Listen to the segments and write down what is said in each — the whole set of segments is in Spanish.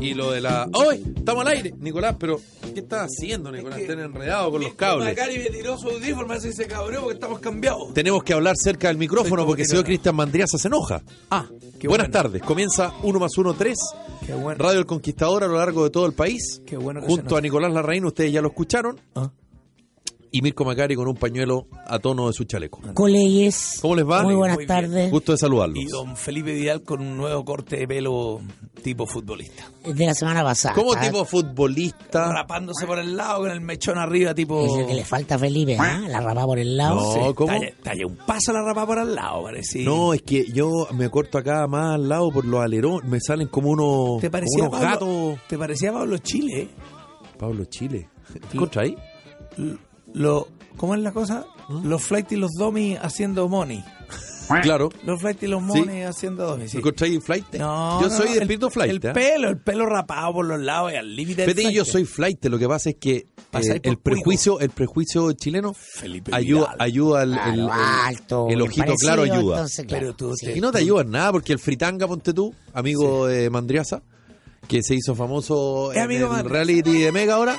Y lo de la. ¡Ay! ¡Estamos al aire! Nicolás, pero ¿qué estás haciendo, Nicolás? Es que- Estén enredado con los Mismo cables. Macari me tiró su audífono, así se cabrón porque estamos cambiados. Tenemos que hablar cerca del micrófono como porque si no, Tirana. Cristian Mandriaza se enoja. Ah, Buenas tardes. Comienza 1 más 1, 3. Qué bueno. Radio El Conquistador a lo largo de todo el país. Qué bueno que se Junto nos- a Nicolás Larraín, ustedes ya lo escucharon. Ah. Y Mirko Macari con un pañuelo a tono de su chaleco. Coleyes. ¿Cómo les va? Muy buenas Muy bien. tardes. Gusto de saludarlos. Eh. Y don Felipe Vidal con un nuevo corte de pelo tipo futbolista. De la semana pasada. Como ¿sabes? tipo futbolista. Rapándose por el lado con el mechón arriba tipo... Es lo que le falta a Felipe, ¿ah? La rapa por el lado. No, Sí, ¿cómo? Talla, talla un paso la rapa por al lado, parece. No, es que yo me corto acá más al lado por los alerones. Me salen como unos, ¿Te como parecía, unos Pablo, gatos. ¿Te parecía Pablo Chile? Pablo Chile. ¿Contra ahí? L- Lo, ¿Cómo es la cosa? ¿Ah? Los flight y los domi haciendo money. Claro. Los flight y los money haciendo domi, sí. ¿Contra ahí flight? No, yo no, soy no, de el- espíritu flight. El ¿eh? pelo, el pelo rapado por los lados y al límite del Fíjate que yo flight. soy flight, lo que pasa es que eh, Pasáis por el cuico. prejuicio, el prejuicio chileno Felipe ayuda, Vidal. ayuda al Claro, el, el- Ah, alto. el bien ojito parecido, claro ayuda. entonces, claro, Pero tú sí. te- Y no te ayuda en nada, porque el fritanga, ponte tú, amigo de Mandriaza, que se hizo famoso Es en amigo el Mandriaza. reality de Mega ahora,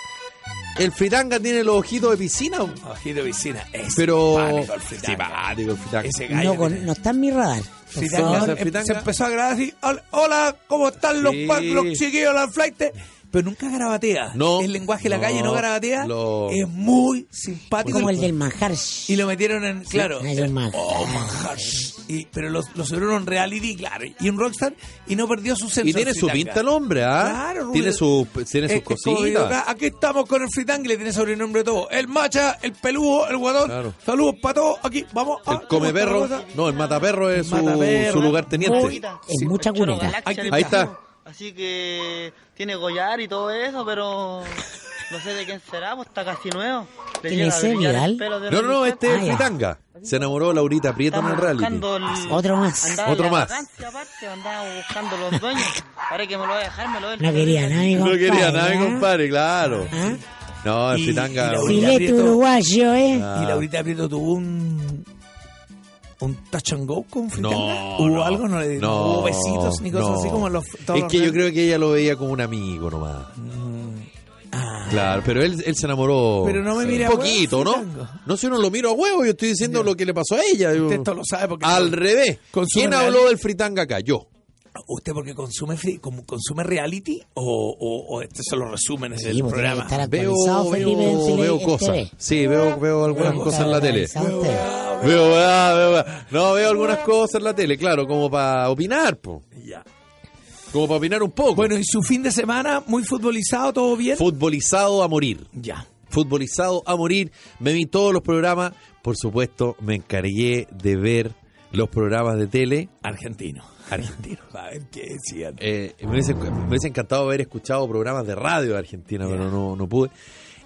el fritanga tiene los ojitos de piscina, Ojito de piscina. Es pero... simpático el fritanga. Simpático el fritanga. Ese gallo. No, que con- tiene- no está en mi radar. Por Fritanga, favor. hace em- fritanga. Se empezó a grabar así. "Hola- Hola, ¿cómo están los, Sí. pa- los chiquillos, las flightes? Pero nunca garabatea. No, El lenguaje de la no, calle no garabatea. lo- Es muy simpático. Como el del manjar. Sí, Y lo metieron en. Claro. es el manjar. Oh, manjar. Y- pero lo, lo subieron en reality, claro. Y en Rockstar. Y no perdió su sentido. Y tiene su pinta el hombre, ¿ah? Claro, Rubén. tiene su, tiene Es sus que es como cositas. videoca- Aquí estamos con el fritanga, le tiene sobrenombre todo. El macha, el peludo, el guadón. Claro. Saludos para todos. Aquí, vamos. a El come perro, no, el mataperro es su, ah, Mataperro. su lugar teniente. Es mucha Choro cuneta. Galaxia Ahí- le ahí pusimos. está. Así que tiene collar y todo eso, pero no sé de quién será, pues está casi nuevo. Le ¿Quién llega es a ese, brillar el Vidal? pelo de No, no, no, Ronnie este es el Ah, ya. fritanga. Se enamoró de Laurita Prieto en el Andaba reality. buscando el- Otro más. andaba en Otro la más. vacancia aparte, andaba buscando los dueños. Ahora que me lo va a dejar, me lo va a No quería nadie, No compadre. quería nada, ¿ah? compadre, claro. ¿Ah? No, el Y- fritanga. y la- bueno. Filete Gabriel. uruguayo, ¿eh? Ah. Y Laurita Prieto tuvo un. Un touch and go con fritanga. No, ¿Hubo no. algo? ¿No le No, hubo besitos ni cosas no. así como los. todos Es los que yo reales? creo que ella lo veía como un amigo nomás. Claro, pero él, él se enamoró Ah. Pero no me mire a un huevo, poquito, ¿no? Fritango. No si uno lo miro a huevo, yo estoy diciendo lo que le pasó a ella. Yo- Usted esto lo sabe porque. Al revés. Consume ¿Quién real- habló del fritanga acá? Yo. ¿Usted porque consume, fri- como consume reality o, o, o este son los resúmenes Sí, del pues, tiene que programa? estar Veo, actualizado, Felipe. en veo, Tele- veo en cosas. TV. Sí, veo, veo algunas Tiene que cosas en la estar tele. actualizado en TV. Veo, ah, veo, ah. no, veo algunas cosas en la tele, claro, como para opinar, po. Ya. como para opinar un poco. Bueno, ¿y su fin de semana muy futbolizado? ¿Todo bien? futbolizado a morir. ya. futbolizado a morir. Me vi todos los programas. Por supuesto, me encargué de ver los programas de tele. Argentino. Argentino. A ver qué decían. Eh, me, hubiese, me hubiese encantado haber escuchado programas de radio de Argentina, pero no, no pude.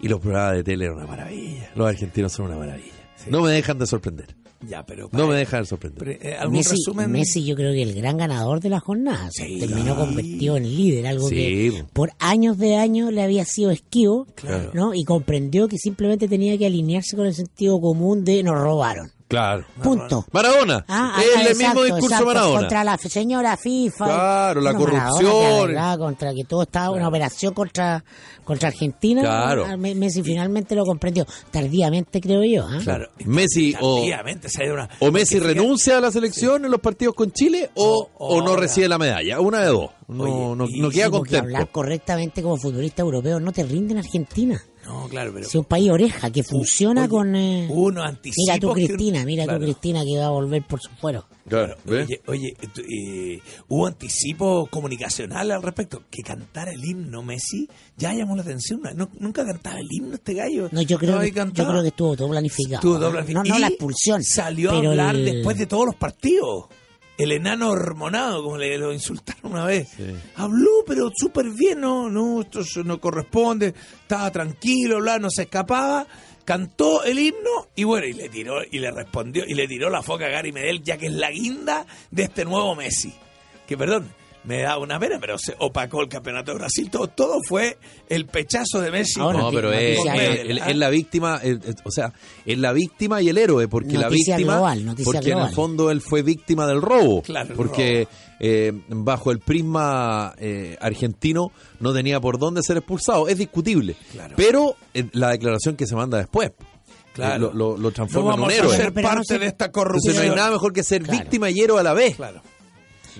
Y los programas de tele eran una maravilla. Los argentinos son una maravilla. No me dejan de sorprender. Ya, pero. No me para- dejan de sorprender. pre- eh, ¿Algún Messi, resumen? Messi yo creo que el gran ganador de la jornada. Sí. Terminó convertido en líder, algo Sí. que por años de años le había sido esquivo, Claro. ¿no? Y comprendió que simplemente tenía que alinearse con el sentido común de nos robaron. Claro. Punto. Maradona. Ah, es ah, el exacto, mismo discurso exacto, Maradona. Contra la f- señora FIFA. Claro, la Maradona, corrupción. que arreglaba contra que todo estaba una operación contra, contra Argentina. Claro. Ah, Me- Messi finalmente lo comprendió. Tardíamente, creo yo. ¿ah? Claro. Messi o, Tardíamente, se ha ido una- o Messi porque fíjate- renuncia a la selección en los partidos con Chile o, O- o no ahora. recibe la medalla. Una de dos. No, Oye, no, y- no queda Sí, porque contento. hablar correctamente como futbolista europeo no te rinde en Argentina. No, claro, pero. Si un país oreja que funciona Oye, con... eh, Uno anticipa. mira tú Cristina, mira claro. tú Cristina que va a volver por su fuero. Claro, ¿ves? Oye, oye, tú, eh, hubo anticipo comunicacional al respecto. Que cantara el himno Messi ya llamó la atención. No- nunca cantaba el himno este gallo. No, yo creo, No, y que, yo cantaba. creo que estuvo todo planificado. Tuvo ¿ah? doble alfi- No, no y la expulsión. Salió a pero hablar el- después de todos los partidos. El enano hormonado, como le lo insultaron una vez. Habló, pero súper bien, no, no, esto eso no corresponde. Estaba tranquilo, bla, no se escapaba. Cantó el himno y bueno, y le tiró, y le respondió, y le tiró la foca a Gary Medel, ya que es la guinda de este nuevo Messi. Que perdón, me da una pena, pero se opacó el campeonato de Brasil. Todo, todo fue el pechazo de Messi. Ahora, No, Noticia- pero es, noticia es- global. es- es la víctima, es- es- o sea, es la víctima y el héroe, porque la Noticia víctima, global, noticia porque en global. el fondo él fue víctima del robo, Claro, el porque eh, bajo el prisma eh, argentino no tenía por dónde ser expulsado, es discutible, Claro. pero eh, la declaración que se manda después Claro. eh, lo, lo- lo no transforma en vamos un a héroe. ser Pero- pero no parte se- de esta Entonces corrupción. no hay nada mejor que ser Claro. víctima y héroe a la vez. Claro.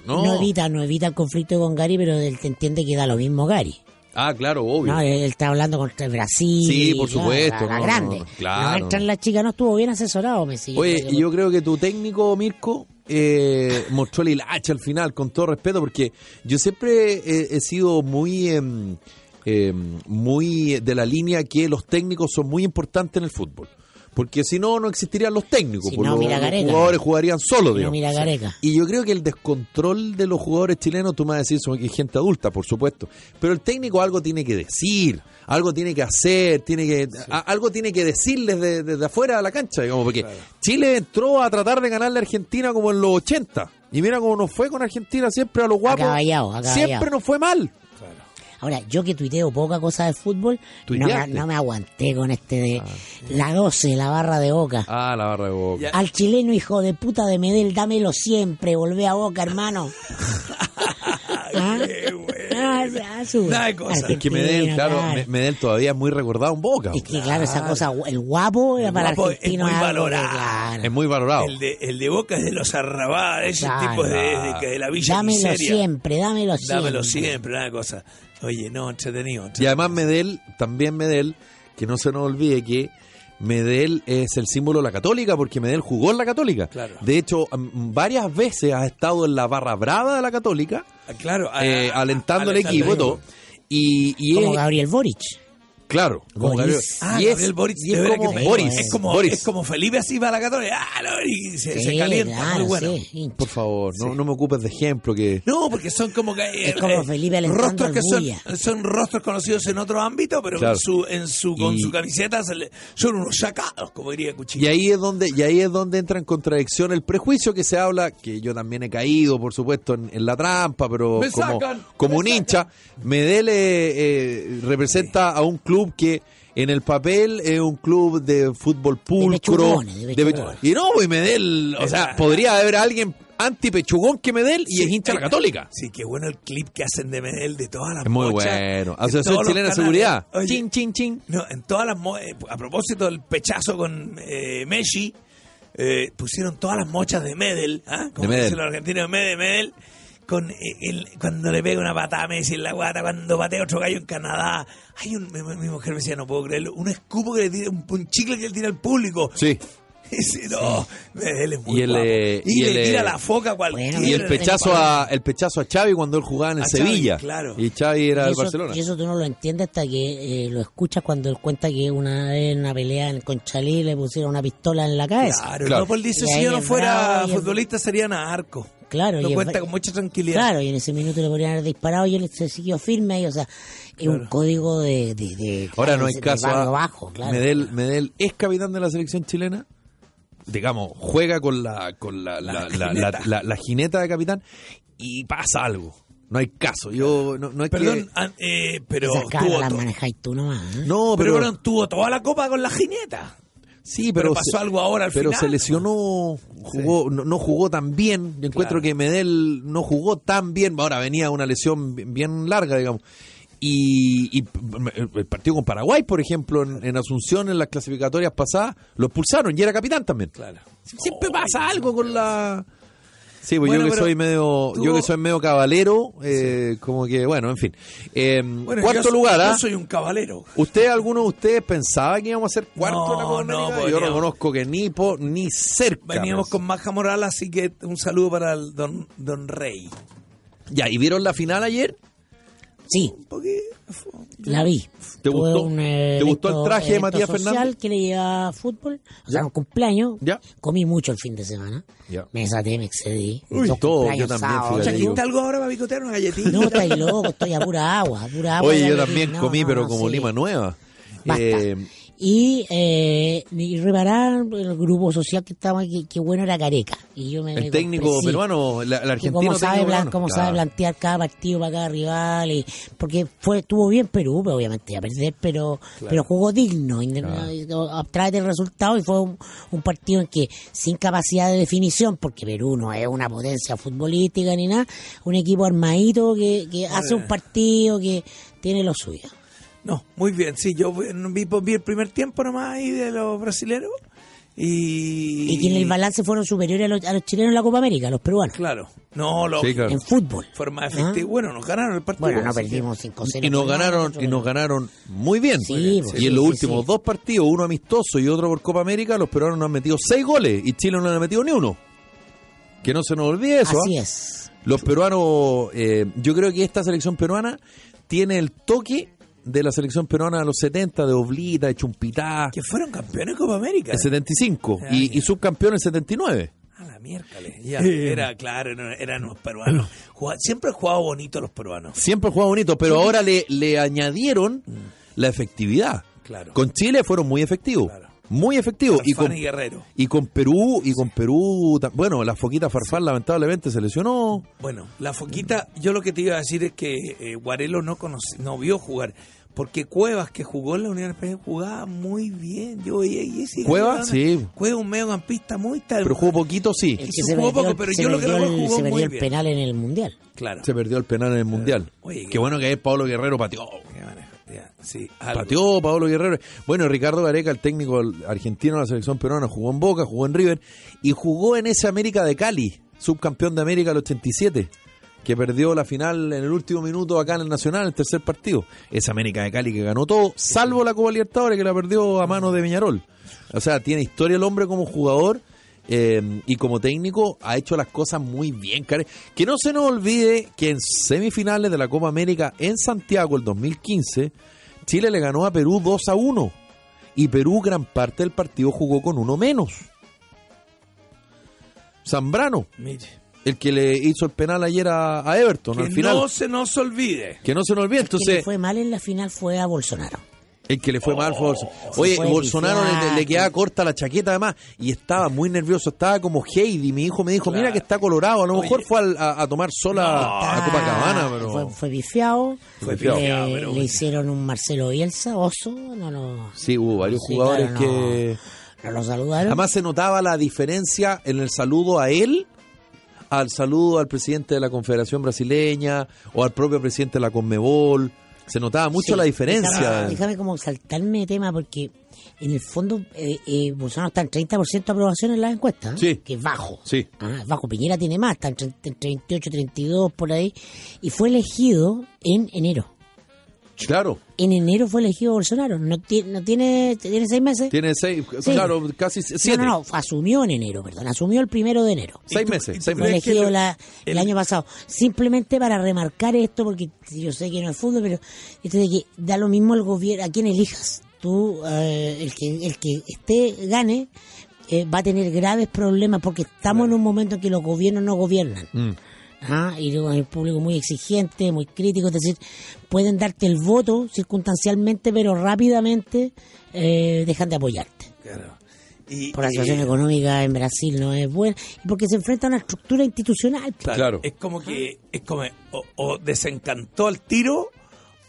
No. No evita, no evita el conflicto con Gary, pero él te entiende que da lo mismo Gary. Ah, claro, obvio. No, él, él está hablando contra el Brasil. Sí, por claro, supuesto, la- la no, grande. no, no, claro. La Bertrand, la chica no estuvo bien asesorado, Messi. Oye, creo que- y yo creo que tu técnico, Mirko, eh, mostró el hilacha al final, con todo respeto, porque yo siempre eh, he sido muy, em, em, muy de la línea que los técnicos son muy importantes en el fútbol. Porque si no, no existirían los técnicos. Si pues no, los, mira los Gareca. jugadores jugarían solo, No, digamos. mira Gareca. Y yo creo que el descontrol de los jugadores chilenos, tú me vas a decir, son gente adulta, por supuesto. Pero el técnico algo tiene que decir, algo tiene que hacer, tiene que a- algo tiene que decirles de- desde afuera de la cancha, digamos, porque Chile entró a tratar de ganarle a Argentina como en los 80. Y mira cómo nos fue con Argentina siempre a los guapos. Acaballado, acaballado. Siempre nos fue mal. Ahora, yo que tuiteo poca cosa de fútbol, no, me- Tuiteaste. no me aguanté con este de Ah, la 12, la barra de boca. Ah, la barra de boca. Ya. Al chileno hijo de puta de Medel, dámelo siempre, volvé a boca, hermano. Ah, qué bueno. Ah, ah, su- Nada de cosas. Es que Medel, Argentino, claro, Me- Medel todavía es muy recordado en Boca. Es que claro, esa cosa, el guapo era El para el guapo es argentino. muy algo que, valorado. claro. Es muy valorado. El de, el de Boca es de los arrabadas, ese Claro. tipo de, de- de la Villa Dámelo Miseria. siempre, dámelo siempre. Dámelo siempre, una cosa. Oye, no, entretenido. Y además Medel, también Medel, que no se nos olvide que Medel es el símbolo de la católica, porque Medel jugó en la católica. Claro. De hecho, m- varias veces ha estado en la barra brava de la católica, Ah, Claro, a- eh, a- alentando el alentando equipo y todo. Y, y Como es- Gabriel Boric. claro, como Boris. Gabriel- Ah, y es, Gabriel Boric, y es de veras como que me- Boris, Es como, Boris. es como Felipe así va a la católica. Ah, no, y se, se Sí, calienta, claro, muy bueno. sí, hincha. Por favor, no, no me ocupes de ejemplo que... No, porque son como que, eh, Es como Felipe alentando rostros al que son, Bulla. son rostros conocidos en otro ámbito, pero Claro. en su, en su, con Y- su camiseta se le- son unos sacados, como diría Cuchillo. Y ahí es donde, y ahí es donde entra en contradicción el prejuicio que se habla, que yo también he caído, por supuesto, en, en la trampa, pero Me como, sacan, como me un hincha, Medel eh, eh, representa a un club que en el papel es un club de fútbol pulcro. pechugones, de de pechugones. pechu- y no, y Medel, o sea, podría haber alguien antipechugón que Medel y es hincha de la eh, católica. Sí, qué bueno el clip que hacen de Medel de todas las Es muy mochas, bueno. de Asociación todos los Chilena de canales. Seguridad. Oye, Chin, chin, chin. No, en todas las mo- eh, a propósito del pechazo con eh, Messi, eh, pusieron todas las mochas de Medel, ¿ah? como De Medel. dicen los argentinos, Medel, Medel, con eh, el- cuando le pega una patada a Messi en la guata, cuando patea otro gallo en Canadá. Hay un, mi, mi mujer me decía, no puedo creerlo, un escupo que le tira, un, un chicle que le tira al público. Sí. Ese, no, Medel es muy Y el, guapo. eh, y, y el, le eh, tira la foca a cualquiera. Bueno, Y el pechazo a el pechazo a Xavi cuando él jugaba en el A Xavi, Sevilla. claro. Y Xavi era y, del eso, Barcelona. y eso tú no lo entiendes hasta que eh, lo escuchas cuando él cuenta que una vez en una pelea en- con Chalí le pusieron una pistola en la cabeza. Claro, Claro. Leopold dice, Y si ahí yo no pues el fuera bravo y el- futbolista sería narco. Claro, Lo y el- cuenta con mucha tranquilidad. Claro, y en ese minuto le podrían haber disparado y él se siguió firme. Y, o sea, es un código de. de- de- Ahora no de- hay de caso. ah, barrio a- bajo, claro. Medel, Medel es capitán de la selección chilena. Digamos, juega con la con la, la- la- la- la- la jineta de capitán y pasa algo. No hay caso. Yo no, no es Perdón, que- ah, eh, pero Esas tuvo caras las to- manejáis tú nomás. ¿eh? no, pero pero, bueno, tuvo toda la copa con la jineta. sí, pero pero, pasó algo ahora al pero final. pues. se lesionó, jugó, no, no jugó tan bien. Yo encuentro Claro. que Medel no jugó tan bien. Ahora venía una lesión bien- bien larga, digamos. Y, y el partido con Paraguay, por ejemplo, en, en Asunción, en las clasificatorias pasadas, lo expulsaron y era capitán también. Claro. Siempre pasa algo con la. Sí, pues Bueno, yo que pero soy medio, yo tú- que soy medio cabalero, eh, como que, bueno, en fin. Eh, cuarto lugar, ¿ah? Yo soy un cabalero. ¿Usted, alguno de ustedes pensaba que íbamos a ser cuarto en la No, Copa no, América? pues, Yo no. reconozco que ni po, ni cerca. Veníamos pues. con Maja Moral, así que un saludo para el don, don Rey. Ya, ¿y vieron la final ayer? Sí, Porque la vi. ¿Te Tuve gustó? un, ¿Te eh, gustó el evento- traje de evento Matías social Fernández? que le llevaba fútbol, o sea, Ya. un cumpleaños. Ya. Comí mucho el fin de semana. Ya. Me desaté, me excedí. Uy, Dos todo, cumpleaños yo también, sábados. fíjate, ¿Trajiste algo ahora para picotear una galletita? No, estáis loco, estoy a pura agua, a pura agua. Oye, ya yo me- también no, comí, no, pero no, como sí. Lima Nueva. Basta. Eh, Y, eh, y reparar el grupo social que estaba, que, que bueno era Careca. Y yo me El me técnico compré, sí. peruano, la- el Y argentino. cómo sabe, técnico plan- peruano. cómo sabe Claro. plantear cada partido para cada rival y- porque fue estuvo bien Perú pero obviamente iba a perder pero pero jugó digno inde- a través del resultado y fue un, un partido en que sin capacidad de definición porque Perú no es una potencia futbolística ni nada un equipo armadito que, que hace Eh. un partido que tiene lo suyo No, muy bien, sí, yo vi, vi- vi el primer tiempo nomás ahí de los brasileros y... y que en el balance fueron superiores a los, a los chilenos en la Copa América a los peruanos Claro, no, los... Sí, claro. en fútbol ¿ah? Forma efectiva. Bueno, nos ganaron el partido. bueno no así que- perdimos 5-0 Y nos ganaron, y nos ganaron muy bien. Sí, Muy bien. pues, y sí, en los sí, últimos sí. dos partidos, uno amistoso y otro por Copa América, los peruanos nos han metido seis goles y Chile no le ha metido ni uno. Que no se nos olvide eso. así ¿ah? es Los peruanos, eh, yo creo que esta selección peruana tiene el toque de la selección peruana de los 70, de Oblita, de Chumpitá, Que fueron campeones de Copa América. el 75 Ay. y, y subcampeón en 79. A la miércoles. Ya, Era, claro, no, eran los peruanos. Jugaba- siempre han jugado bonito los peruanos. Siempre juega bonito, pero ahora le, le añadieron la efectividad. Mm. Claro. Con Chile fueron muy efectivos. Claro. Muy efectivos. Y Farfán con, y Guerrero. y con Perú, y con Perú, ta- bueno, la foquita Farfán lamentablemente se lesionó. Bueno, la foquita, yo lo que te iba a decir es que eh, Guarelo no conoce, no vio jugar. Porque Cuevas, que jugó en la Unión Española, jugaba muy bien. Yo veía y ese ¿Cuevas? Sí. Cuevas, un mediocampista muy tal. Pero jugó poquito, sí. Y El que se se jugó perdió, poco, pero se yo lo que perdió lo el- jugó se muy perdió el bien. penal en el mundial. claro. Se perdió el penal en el Mundial. Oye, Qué bueno que es Pablo Guerrero pateó. Qué manejo, ya, sí, algo. Pateó Pablo Guerrero. Bueno, Ricardo Gareca, el técnico argentino de la selección peruana, jugó en Boca, jugó en River y jugó en ese América de Cali, subcampeón de América el 87, que perdió la final en el último minuto acá en el Nacional, el tercer partido. Esa América de Cali que ganó todo, salvo la Copa Libertadores que la perdió a mano de Viñarol. O sea, tiene historia el hombre como jugador. eh, y como técnico ha hecho las cosas muy bien, Care. Que no se nos olvide que en semifinales de la Copa América en Santiago el 2015, Chile le ganó a Perú 2 a 1. Y Perú gran parte del partido jugó con uno menos. Zambrano, Mire, el que le hizo el penal ayer a, a Everton que al final. no se nos olvide. Que no se nos olvide, Quien le entonces fue mal en la final fue a Bolsonaro. el que le fue mal fue Bolsonaro. Oye, Oh, fue Bolsonaro le- le, pifiado. quedaba corta la chaqueta además y estaba muy nervioso, estaba como Heidi, mi hijo me dijo, mira que está colorado, a lo mejor fue al- a, a tomar sola a Ah, Copacabana, pero... Fue, fue bifiado. Fue pifiado. Le- Pifiado, pero le bueno. hicieron un Marcelo Bielsa, oso. No, no. Sí, hubo varios Sí, jugadores claro, no. que... No lo saludaron. Además se notaba la diferencia en el saludo a él, al saludo al presidente de la Confederación Brasileña o al propio presidente de la Conmebol. Se notaba mucho Sí, la diferencia. Déjame, déjame como saltarme de tema porque en el fondo eh, eh, Bolsonaro está en 30% de aprobación en las encuestas, ¿eh? Sí. que es bajo. Sí. Ah, es bajo. Piñera tiene más, está en 30, en 38, 32 por ahí. Y fue elegido en enero. Claro, En enero fue elegido Bolsonaro. No, ti- no tiene, tiene seis meses. tiene seis, Sí. claro, casi siete. No, no, no, asumió en enero, perdón, asumió el primero de enero. Seis meses, seis Fue meses. crees que elegido lo- la- el el- año pasado. Simplemente para remarcar esto, porque yo sé que no es fútbol, pero esto de que da lo mismo el gobierno, a quién elijas. Tú, eh, el, que, el que esté, gane, eh, va a tener graves problemas porque estamos en un momento en que los gobiernos no gobiernan. Mm. Ah, y luego hay un público muy exigente, muy crítico, es decir, pueden darte el voto circunstancialmente, pero rápidamente eh, dejan de apoyarte Claro. Y, por la y- situación económica en Brasil no es buena y porque se enfrenta a una estructura institucional. Claro. Es como que es como o, o desencantó al tiro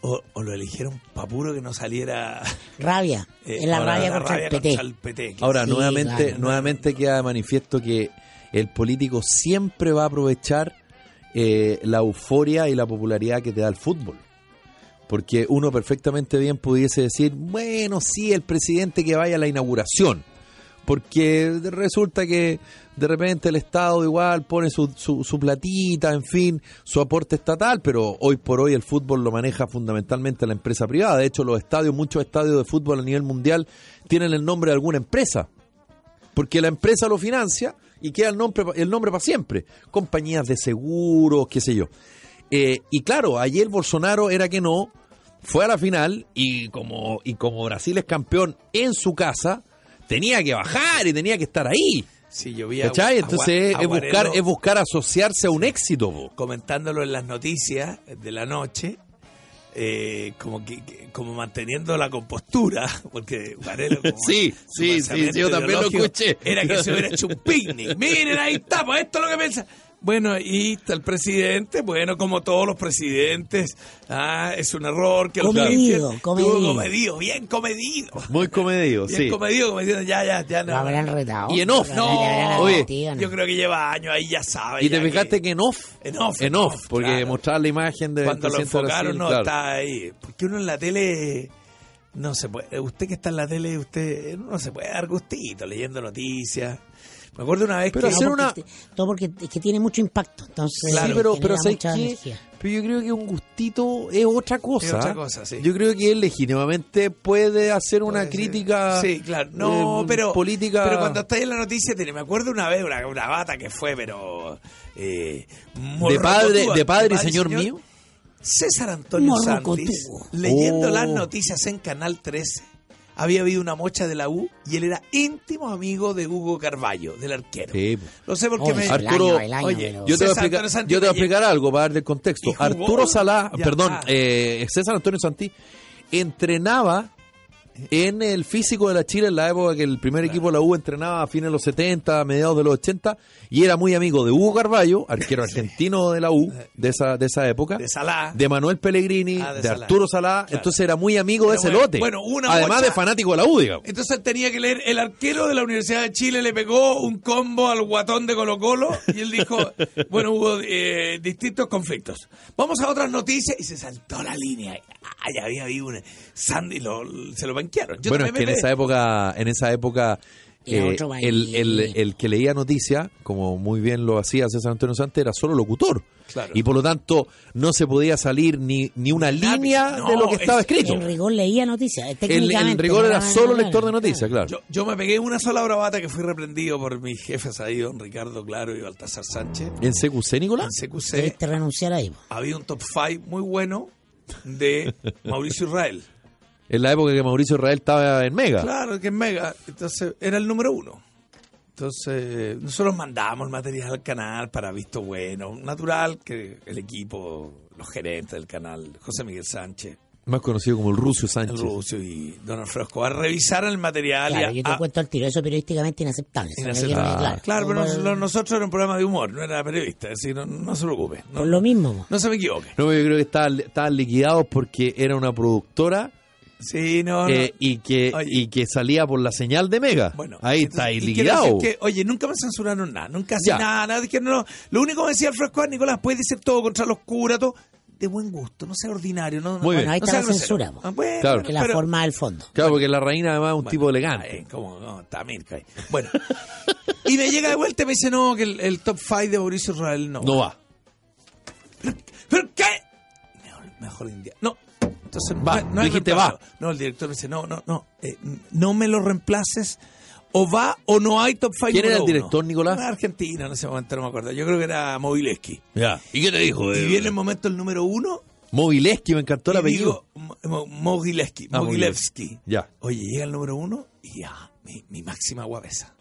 o, o lo eligieron para puro que no saliera Rabia, eh, es la ahora, rabia contra el PT. el PT, que- Ahora, Sí, nuevamente, claro. nuevamente queda de manifiesto que el político siempre va a aprovechar eh, la euforia y la popularidad que te da el fútbol. Porque uno perfectamente bien pudiese decir, bueno, sí, el presidente que vaya a la inauguración. Porque resulta que de repente el Estado igual pone su, su, su platita, en fin, su aporte estatal, pero hoy por hoy el fútbol lo maneja fundamentalmente la empresa privada. De hecho, los estadios, muchos estadios de fútbol a nivel mundial tienen el nombre de alguna empresa. Porque la empresa lo financia y queda el nombre, el nombre para siempre. Compañías de seguros, qué sé yo. Eh, y claro, ayer Bolsonaro era que no, fue a la final y como, y como Brasil es campeón en su casa, tenía que bajar y tenía que estar ahí. Sí, yo vi a- ¿Cachai? a- Entonces a es buscar, Guarelo es buscar asociarse a un éxito. po. comentándolo en las noticias de la noche eh, como que, que- como manteniendo la compostura, porque Varelo como- Sí, su sí, sí, pensamiento sí, yo también lo ideológico escuché. Era que se hubiera hecho un picnic. Miren, ahí está, pues esto es lo que piensa. Bueno, y está el presidente, bueno, como todos los presidentes, ah, es un error que Comedido, los dirigentes- comedido. Estuvo comedido, bien comedido. Muy comedido, Bien sí. comedido, como diciendo, ya, ya, ya. Lo No. habrán retado. Y en off. Lo No, habrán oye, advertido, ¿no? Yo creo que lleva años ahí, ya sabe. Y te ya fijaste que en off. En off, En en off, off, porque claro. mostrar la imagen de cuando lo enfocaron no claro. estaba ahí. Porque uno en la tele no se puede. Usted que está en la tele, usted no se puede dar gustito leyendo noticias. Me acuerdo una vez Pero que hacer porque una- te- todo porque es que tiene mucho impacto. Entonces, sí, pero, genera pero ¿sabes mucha qué? energía. Pero yo creo que un gustito es otra cosa. Es otra cosa, sí. Yo creo que él legítimamente puede hacer una Puede ser. crítica Sí, claro. No, eh, pero. política. Pero cuando estáis en la noticia, tiene- me acuerdo una vez una, una bata que fue, pero. eh, de morrocotuda, padre, de padre y señor, mío. César Antonio Morrocotudo. Santis, leyendo Oh. las noticias en Canal 13, había habido una mocha de la U y él era íntimo amigo de Hugo Carballo, del arquero. Sí. Oh, pues. Lo sé porque Oye, me... el Arturo, año, el año, oye, Yo te, pero- voy a César explicar, Antonio Santi yo te voy a Valle- explicar algo para darte el contexto. Y jugó. Arturo Salá, Ya perdón, está. eh, César Antonio Santí, entrenaba en el físico de la Chile en la época que el primer equipo de la U entrenaba a fines de los 70, a mediados de los 80, y era muy amigo de Hugo Carballo, arquero argentino de la U de esa, de esa época. De Salah. de Manuel Pellegrini, Ah, de, de Salá. Arturo Salá, Claro. entonces era muy amigo de Era ese bueno. lote. Bueno, una Además mocha- de fanático de la U, digamos. Entonces él tenía que leer, el arquero de la Universidad de Chile le pegó un combo al guatón de Colo Colo y él dijo, bueno, hubo eh, distintos conflictos. Vamos a otras noticias y se saltó la línea. Ah, ya había habido una... Sandy lo, se lo banquearon. Yo bueno, es que también en me- esa época, en esa época Era eh, otro país. el, el- el que leía noticias, como muy bien lo hacía César Antonio Santos, era solo locutor. Claro. Y por lo tanto, no se podía salir ni, ni una Lápiz. línea No, de lo que estaba es- escrito. En rigor leía noticias. eh, El, técnicamente, el rigor no era daban solo nada, lector de claro. noticias, claro. Yo, yo me pegué una sola bravata que fui reprendido por mis jefes ahí, don Ricardo Claro y Baltasar Sánchez. ¿En CQC, Nicolás? En CQC Debiste renunciar ahí. po. había un top 5 muy bueno de Mauricio Israel. En la época que Mauricio Israel estaba en Mega. Claro, que es mega. Entonces, era el número uno. Entonces, nosotros mandábamos el material al canal para visto bueno, natural, que el equipo, los gerentes del canal, José Miguel Sánchez, Más conocido como el Rusio el Sánchez. Rusio y Don Alfredo Escobar, revisaran el material. Claro, y yo a- te a- cuento al tiro. Eso periodísticamente inaceptable. eso no inaceptable. quiero ni- claro, pero No, nos- no, lo- nosotros era un programa de humor, no era periodista, así no, no se preocupe. No, Por Pues lo mismo. po. no se me equivoque. No, yo creo que estaban, estaban liquidados porque era una productora Sí, Ah, no, no. eh, y, que, Oye. y que salía por la señal de Mega. Bueno, Ahí entonces, está, y y quiero liquidado. decir que, oye, nunca me censuraron nada, nunca Ya. hacía nada, nada. Dijeron, no, lo único que decía Alfredo Escobar, Nicolás, puedes decir todo contra los curas, todo. De buen gusto, no sea ordinario. No, no, Muy bien. Bueno, ahí está sea la grosero. censura, po. Ah, bueno, Claro. Que la pero- forma del fondo. Claro, porque la reina además es un tipo elegante. Ay, ¿cómo? No, está Mirka ahí. Bueno, y me llega de vuelta y me dice, no, que el, el top 5 de Mauricio Israel no. No va. ¿Pero qué? Mejor, mejor India. No. Entonces, Va, no, no hay dijiste reemplazo. va. No, el director me dice, no, no, no, eh, no me lo reemplaces. O va o no hay top 5. ¿Quién era el director, Nicolás? Argentina, en ese momento no me acuerdo. Yo creo que era Mobileski. Ya. ¿Y qué te dijo? Y viene el momento el número uno. Mobileski, me encantó el y apellido. digo, Mo- Mo- Mogilevsky. Ah, Mogilevsky. Ya. Oye, llega el número uno y ya, mi, mi máxima guapesa.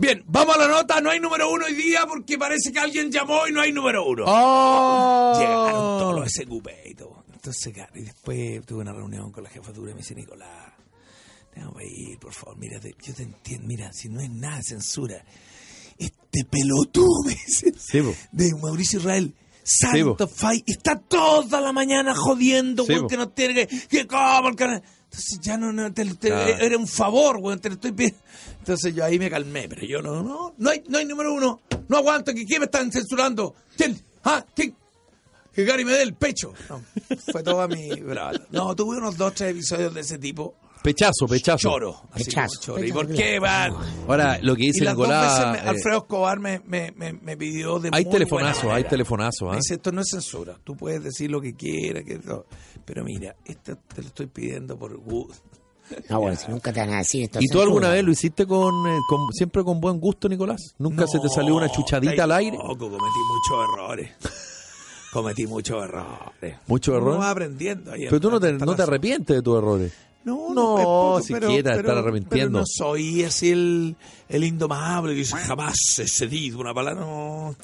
Bien, vamos a la nota. No hay número uno hoy día porque parece que alguien llamó y no hay número Ah, uno. ¡Oh! Llegaron todos los SQP y todo. Entonces, claro, y después tuve una reunión con la jefatura y me dice, Nicolás, tengo que ir, por favor, mira, te- yo te entiendo, mira, si no es nada de censura, este pelotudo, me dice, Sí, po. de Mauricio Israel. Sí, po. Santo Fai está toda la mañana jodiendo, Sí, weón, po. que no tiene que, que cómo el canal. Entonces ya no, no te, te- Claro. era un favor, weón, te lo estoy pidiendo. Entonces yo ahí me calmé, pero yo no, no, no hay, no hay número uno, no aguanto, que quién me están censurando, quién, ah, quién, que Gary me dé el pecho. No, fue toda mi bravata. No, tuve unos dos, tres episodios de ese tipo. Pechazo, pechazo. Choro. así Pechazo. como choro. ¿Y Pechazo, por qué van? Ahora, lo que Y dice las dos veces Nicolás. me- eh, Alfredo Escobar me, me, me, me pidió de hay muy telefonazo, buena hay manera. telefonazo. ¿ah? Me dice, esto no es censura. Tú puedes decir lo que quieras. Que no. Pero mira, esto te lo estoy pidiendo por gusto. No, bueno, si nunca te van a decir esto. ¿Y tú censura, alguna vez po. lo hiciste con, eh, con- siempre con buen gusto, Nicolás? ¿Nunca se te salió una No, chuchadita al aire? Loco, cometí muchos errores. Cometí muchos errores. ¿Muchos errores? Uno va aprendiendo. ahí Pero tú no te, en no te tatazo. arrepientes de tus errores. No, pues, No, es poco, siquiera estar arrepintiendo. pero no soy así el, el indomable que dice jamás he cedido una palabra. No,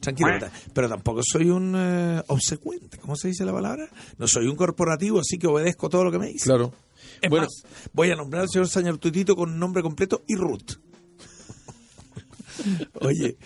tranquilo. Pero tampoco soy un eh, obsecuente, ¿cómo se dice la palabra? No soy un corporativo, así que obedezco todo lo que me dice. Claro. Es Bueno. más, voy a nombrar al señor Sañor Tutito con nombre completo y Ruth. Oye,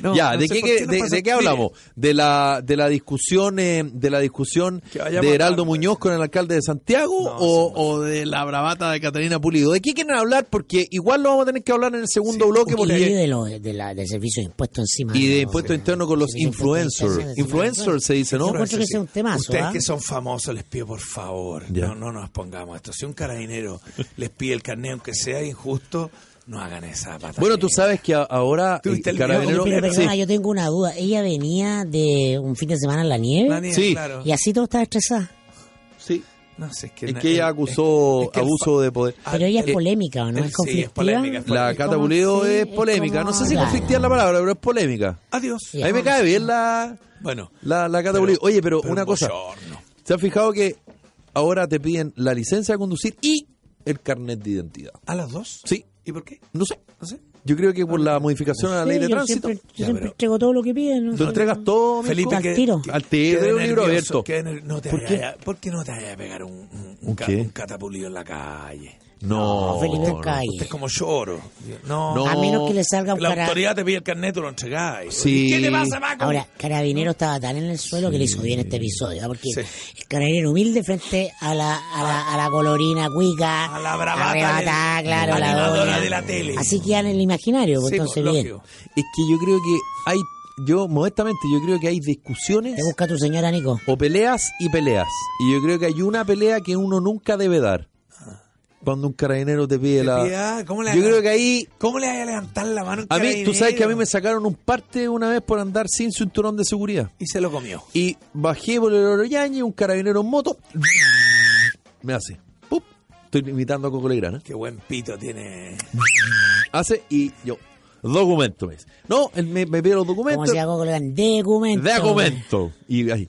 no, ya, no ¿de, sé qué, por de- nos de pasa- qué Mire, hablamos? De la, de la discusión, eh, de, la discusión Que vayamos de Heraldo hablando. Muñoz con el alcalde de Santiago o, o de la bravata de Catalina Pulido. ¿De qué quieren hablar? Porque igual lo vamos a tener que hablar en el segundo bloque. Y Porque ahí de lo- de la- del servicio de impuestos encima. Y de ¿no? impuesto interno con los Sí, impuestos influencers. internos, Influencers se dice, Yo ¿no? encuentro que ese es un temazo, Ustedes ¿ah? que son famosos, les pido por favor, Ya. no, no nos pongamos a esto. Si un carabinero les pide el carnet, aunque sea injusto, no hagan esa patada. Bueno, tú sabes que a- ahora el Tuviste el carabinero... video, Oye, pero Sí. perdona, yo tengo una duda. Ella venía de un fin de semana en la ¿Eh? nieve, Sí. claro. y así todo estaba estresada. Sí, No sé, es que, es que ella acusó es que el abuso de poder. Ah, Pero ella eh, es polémica, ¿o ¿no? sí, Es es conflictiva. polémica, es La Es Cata como- Pulido sí, es es polémica. como- No sé si Claro. conflictiva es la palabra, pero es polémica. Adiós. Eh, A mí me cae bien la, Bueno, la, la Cata Pero- Pulido. Oye, pero, pero una un cosa. bochorno. ¿Se han fijado que ahora te piden la licencia de conducir y el carnet de identidad? ¿a las dos? Sí. ¿Y por qué? No sé. No sé. Yo creo que por la modificación a Ah, la Sí, ley de yo tránsito. siempre, yo Ya, siempre pero- entrego todo lo que piden. ¿no? Lo entregas todo, Mirko. Felipe, Al que- tiro. que- Al tiro, quede un libro nervioso, abierto. quede ner- no te ¿Por vayas qué? a- ¿Por qué no te vayas a pegar un, un, un ¿Un ca- qué? un catapulido en la calle? No, No, Felipe, no. cae. Usted es como lloro. No, No. A menos que le salga un la cara... autoridad te pide el carnet, tú lo entregáis. Sí. ¿Qué te pasa, Paco? Ahora, Carabinero estaba tan en el suelo que le hizo bien este episodio, ¿ah? porque Sí. el Carabinero humilde frente a la, a la, a la colorina cuica, A la bravata arrebatada, del- claro, a la animadora doña. de la tele. Así queda en el imaginario, pues, Sí, pues, entonces bien. lógico. Es que yo creo que hay, yo modestamente, yo creo que hay discusiones Te busca tu señora, Nico. o peleas y peleas. Y yo creo que hay una pelea que uno nunca debe dar. Cuando un carabinero te pide Te la... pide, ah, ¿cómo le yo haga? creo que ahí... ¿Cómo le vas a levantar la mano a un A mí, tú sabes que a mí me carabinero? sacaron un parte una vez por andar sin cinturón de seguridad. Y se lo comió. Y bajé por el Oroyañe, un carabinero en moto. Me hace. ¡pup! Estoy imitando a Coco Legrana. Qué buen pito tiene. Hace y yo. Documento, me dice. No, él me, me pide los Como documentos. si hago con documento. De documento. Y ahí.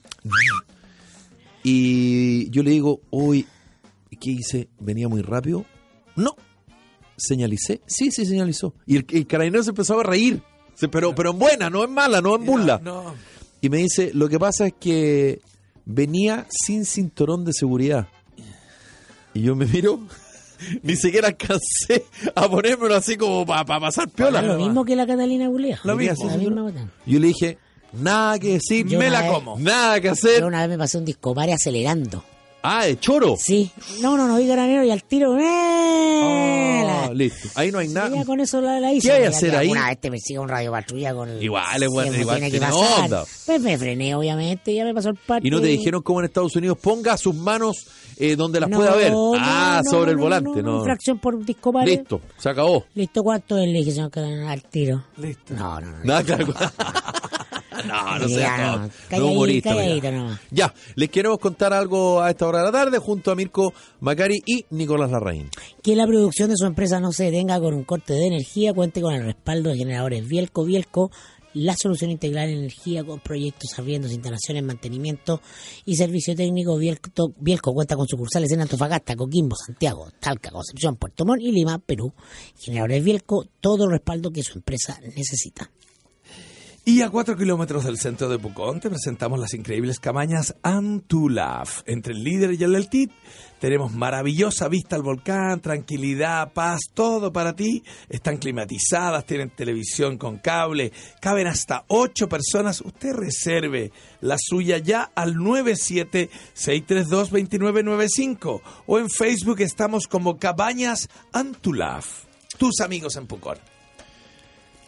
Y yo le digo, uy, ¿qué hice? ¿Venía muy rápido? No. ¿Señalicé? Sí, sí, señalizó. Y el, el carabinero se empezó a reír. Se- Pero, pero en buena, no en mala, no en burla. No. Y me dice, lo que pasa es que venía sin cinturón de seguridad. Y yo me miro, ni siquiera alcancé a ponérmelo así como para pasar piola. Es lo mismo que la Catalina Bulea. Lo mismo. La misma botana. Yo le dije, nada que decir, Yo me una la vez- como. Nada que Yo hacer. una vez me pasé un disco pare acelerando. Ah, de choro. Sí. No, no, no vi granero y al tiro. ¡eh! Ah, La- listo. Ahí no hay Ya nada. con eso la, la hice. ¿Qué hay Mira, a hacer que ahí? Alguna vez te persigue un radio patrulla con el- Igual es bueno, Siempre igual tiene que tiene pasar. onda. Pues me frené, obviamente, ya me pasó el parte. Y no te dijeron cómo en Estados Unidos ponga sus manos eh, donde las No, pueda ver. no, ah, no, sobre no, el no, volante. No, Infracción por disco pare. Listo, se acabó. Listo, ¿cuánto es? Le dije, señor, que al tiro. Listo. No, no, no. Nada, claro. No, no sea Ya, todo. no. No Calladito, humorista, calladito mira. nomás. Ya, les queremos contar algo a esta hora de la tarde junto a Mirko Macari y Nicolás Larraín. Que la producción de su empresa no se detenga con un corte de energía, cuente con el respaldo de generadores Bielco Bielco, la solución integral en energía con proyectos, arriendos, instalaciones, mantenimiento y servicio técnico. Bielco, Bielco cuenta con sucursales en Antofagasta, Coquimbo, Santiago, Talca, Concepción, Puerto Montt y Lima, Perú. Generadores Bielco, todo el respaldo que su empresa necesita. Y a 4 kilómetros del centro de Pucón te presentamos las increíbles cabañas Antulaf. Entre el líder y el del TIT tenemos maravillosa vista al volcán, tranquilidad, paz, todo para ti. Están climatizadas, tienen televisión con cable, caben hasta 8 personas. Usted reserve la suya ya al 976322995 o en Facebook estamos como Cabañas Antulaf. Tus amigos en Pucón.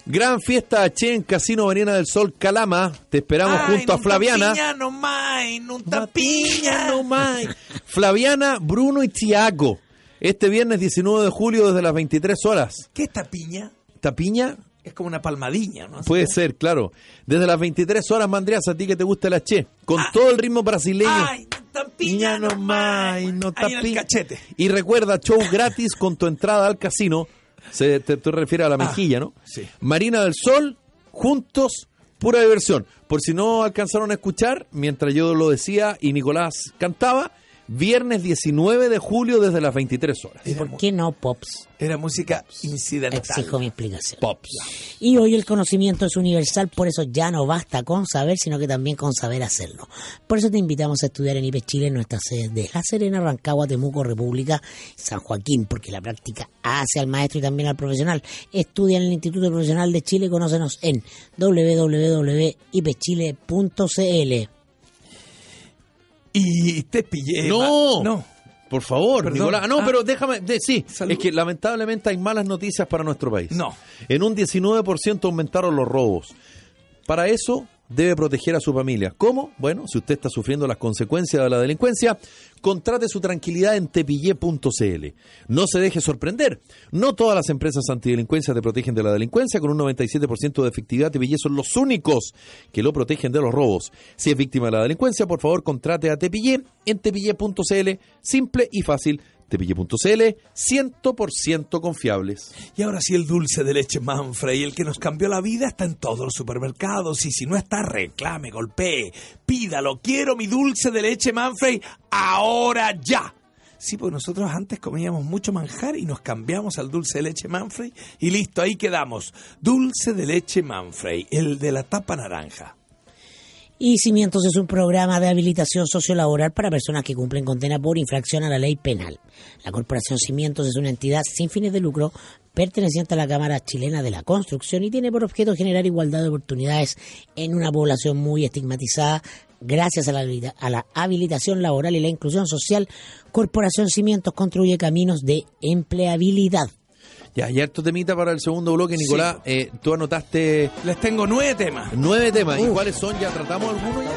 Gran fiesta Che en Casino Marina del Sol Calama. Te esperamos Ay, junto a nun Flaviana. Tampiña, no mai, nun tampiña. No más. Flaviana, Bruno y Tiago. Este viernes 19 de julio desde las 23 horas. ¿Qué es tapiña? Tapiña, Es como una palmadiña, ¿no? puede ser, claro. Desde las 23 horas, Mandreas, a ti que te gusta la Che. Con todo el ritmo brasileño. Ah. Ay, nun tampiña, no mai, no Ahí en el cachete. Y recuerda, show gratis con tu entrada al casino. Se, te, tú refieres a la mejilla, ¿no? Ah, sí. Marina del Sol, juntos, pura diversión. Por si no alcanzaron a escuchar, mientras yo lo decía y Nicolás cantaba, Viernes 19 de julio desde las 23 horas. ¿Y por qué no Pops? Era música incidental. Exijo mi explicación. Pops. Y hoy el conocimiento es universal, por eso ya no basta con saber, sino que también con saber hacerlo. Por eso te invitamos a estudiar en IPE Chile en nuestras sedes de La Serena, Rancagua, Temuco, República, San Joaquín, porque la práctica hace al maestro y también al profesional. Estudia en el Instituto Profesional de Chile, conócenos en E www.ipechile.cl. Y te pillé. No. ma- Eh, No. Por favor, Perdón. Nicolás. Ah, no, Ah. pero déjame. de- sí, Salud. es que lamentablemente hay malas noticias para nuestro país. No. En un 19% aumentaron los robos. Para eso debe proteger a su familia. ¿Cómo? Bueno, si usted está sufriendo las consecuencias de la delincuencia, contrate su tranquilidad en tepillé.cl. No se deje sorprender. No todas las empresas antidelincuencia te protegen de la delincuencia. Con un 97% de efectividad, Tepillé son los únicos que lo protegen de los robos. Si es víctima de la delincuencia, por favor, contrate a Tepillé en tepillé.cl. Simple y fácil. Tepillé.cl, 100% confiables. Y ahora sí el dulce de leche Manfred y el que nos cambió la vida está en todos los supermercados y si no está reclame, golpee, pídalo, quiero mi dulce de leche Manfred ahora ya. Sí, porque nosotros antes comíamos mucho manjar y nos cambiamos al dulce de leche Manfred y listo, ahí quedamos. Dulce de leche Manfred, el de la tapa naranja. Y Cimientos es un programa de habilitación sociolaboral para personas que cumplen condena por infracción a la ley penal. La Corporación Cimientos es una entidad sin fines de lucro perteneciente a la Cámara Chilena de la Construcción y tiene por objeto generar igualdad de oportunidades en una población muy estigmatizada gracias a la, habilita- a la habilitación laboral y la inclusión social. Corporación Cimientos construye caminos de empleabilidad. Ya, y harto temita para el segundo bloque, Nicolás. Eh, tú anotaste Les tengo nueve temas. nueve temas. ¿Y cuáles son? ¿Ya tratamos alguno ya?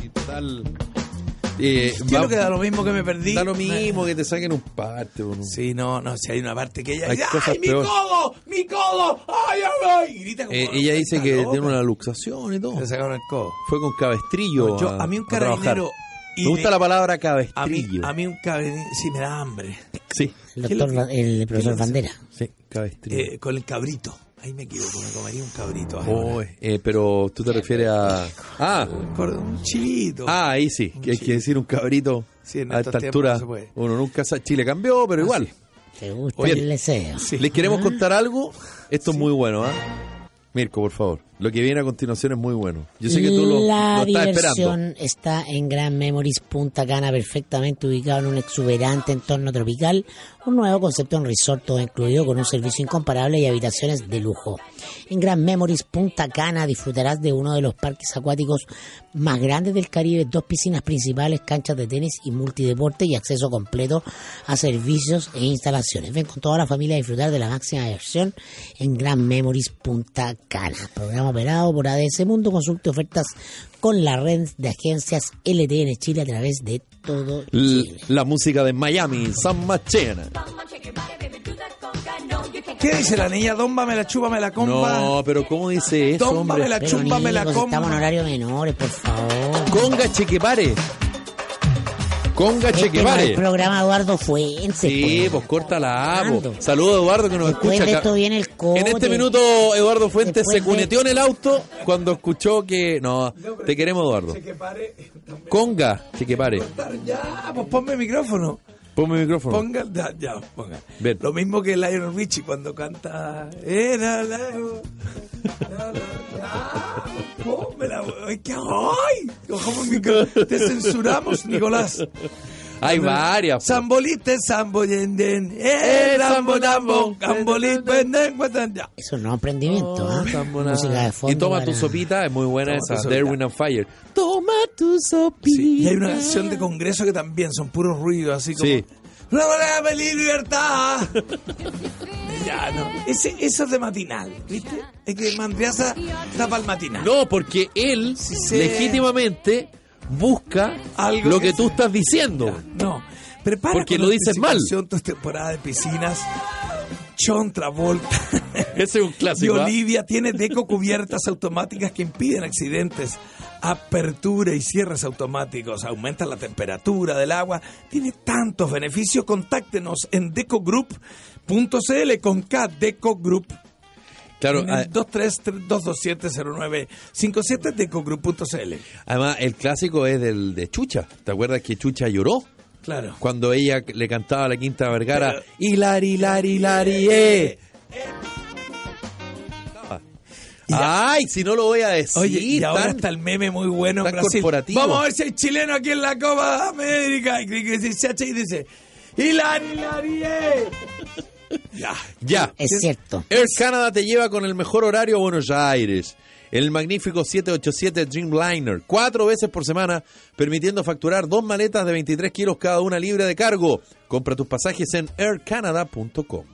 ¿Qué tal? Eh, Yo va- creo que da lo mismo que me perdí. da lo mismo que te saquen un parte, boludo. Sí, no, no, si hay una parte que ella Hay dice, cosas ¡ay, mi peores. codo! ¡Mi codo! ¡Ay, ay, ay! Y grita como, Eh, ella dice "Está que loca". tiene una luxación y todo. Le sacaron el codo. Fue con cabestrillo. No, yo- a mí un trabajar. carabinero y Me gusta de- la palabra A mí, cabestrillo. a mí un cabrini- sí me da hambre. Sí, El, ¿Qué doctor, le- Ra- el profesor le- Bandera. sí, cabestrillo. Eh, con el cabrito. Ahí me equivoco, me comería un cabrito. Oh, eh, pero tú te refieres a. Ah, Un cor- un chilito. ah ahí sí. que Hay que decir un cabrito. Sí, en a estos esta tiempos altura, no se puede. Ah, uno nunca sabe. Chile cambió, pero igual. ¿Te gusta Oye, el deseo? sí. Les Ah. queremos contar algo. Esto es muy bueno, ¿ah? Mirko, por favor. Lo que viene a continuación es muy bueno. Yo sé que tú lo, la lo estás esperando. diversión está en Grand Memories Punta Cana, perfectamente ubicado en un exuberante entorno tropical, un nuevo concepto en resort todo incluido con un servicio incomparable y habitaciones de lujo. En Grand Memories Punta Cana disfrutarás de uno de los parques acuáticos más grandes del Caribe, dos piscinas principales, canchas de tenis y multideporte y acceso completo a servicios e instalaciones. Ven con toda la familia a disfrutar de la máxima diversión en Grand Memories Punta Cana. Programa operado por ADS Mundo. Consulte ofertas con la red de agencias LTN Chile a través de todo L- Chile. La música de Miami, San Machena. ¿Qué dice la niña? Domba, me la chupa, me la comba. No, pero ¿cómo dice eso, Tómame hombre? la Pero chúpame la niños, estamos en comba. horario menores, por favor. Conga Chequepare. Conga Este no es el Chequepare. programa Eduardo Fuentes. Sí, pues. pues corta la A. Ando. Saludos a Eduardo que nos Después escucha. de acá. esto viene el cote. En este minuto Eduardo Fuentes Después se de- cuneteó en el auto cuando escuchó que... No, te queremos Eduardo. Que pare. Conga Chequepare. Ya, pues ponme el micrófono. Ponme el micrófono. Ponga, ya, ya, ponga. Ven. Lo mismo que Lionel Richie cuando canta. Era la. la- la- la- Pónmela, güey. ¿Qué ¡Ay! Cojamos mi Te censuramos, Nicolás. Hay varias. po. Sambolite, samboyenden. Eh, sambonambo. Cambolite, venden, guatan, ya. Es un nuevo emprendimiento, ¿ah? Tan buena. Música de fondo. y toma tu para- sopita, es muy buena Toma tu esa, sopita. There Wind and Fire. Toma tu sopita. Sí, Y hay una canción de congreso que también son puros ruidos, así como. Sí. ¡La manera de pedir libertad! ya, no. Ese, eso es de matinal, ¿viste? Es que Mandriaza está para el matinal. No, porque él sí. legítimamente busca Algo lo que que tú sea. estás diciendo. No. Prepara Porque con lo dices mal. anticipación tus temporadas de piscinas. John Travolta Ese es un y clásico. ¿ah? Olivia tiene deco cubiertas automáticas que impiden accidentes, apertura y cierres automáticos, aumenta la temperatura del agua, tiene tantos beneficios. Contáctenos en decogroup.cl con K, decogroup. Claro, ah, En a- el 233-227-0957 decogroup.cl. además el clásico es del de Chucha. ¿Te acuerdas que Chucha lloró? Claro. Cuando ella le cantaba a la Quinta Vergara, Pero- Hilari, Lari, Lari, eh. Ay, si no lo voy a decir. Oye, y ahora tan- está el meme muy bueno en tan Brasil. corporativo. Vamos a ver si hay chileno aquí en la Copa de América. Y que dice, "Chacha", y dice, "Hilari, Hilari, eh". Ya. Ya. Es cierto. Air Canada te lleva con el mejor horario a Buenos Aires. El magnífico 787 Dreamliner, cuatro veces por semana, permitiendo facturar dos maletas de 23 kilos cada una libre de cargo. Compra tus pasajes en aircanada.com.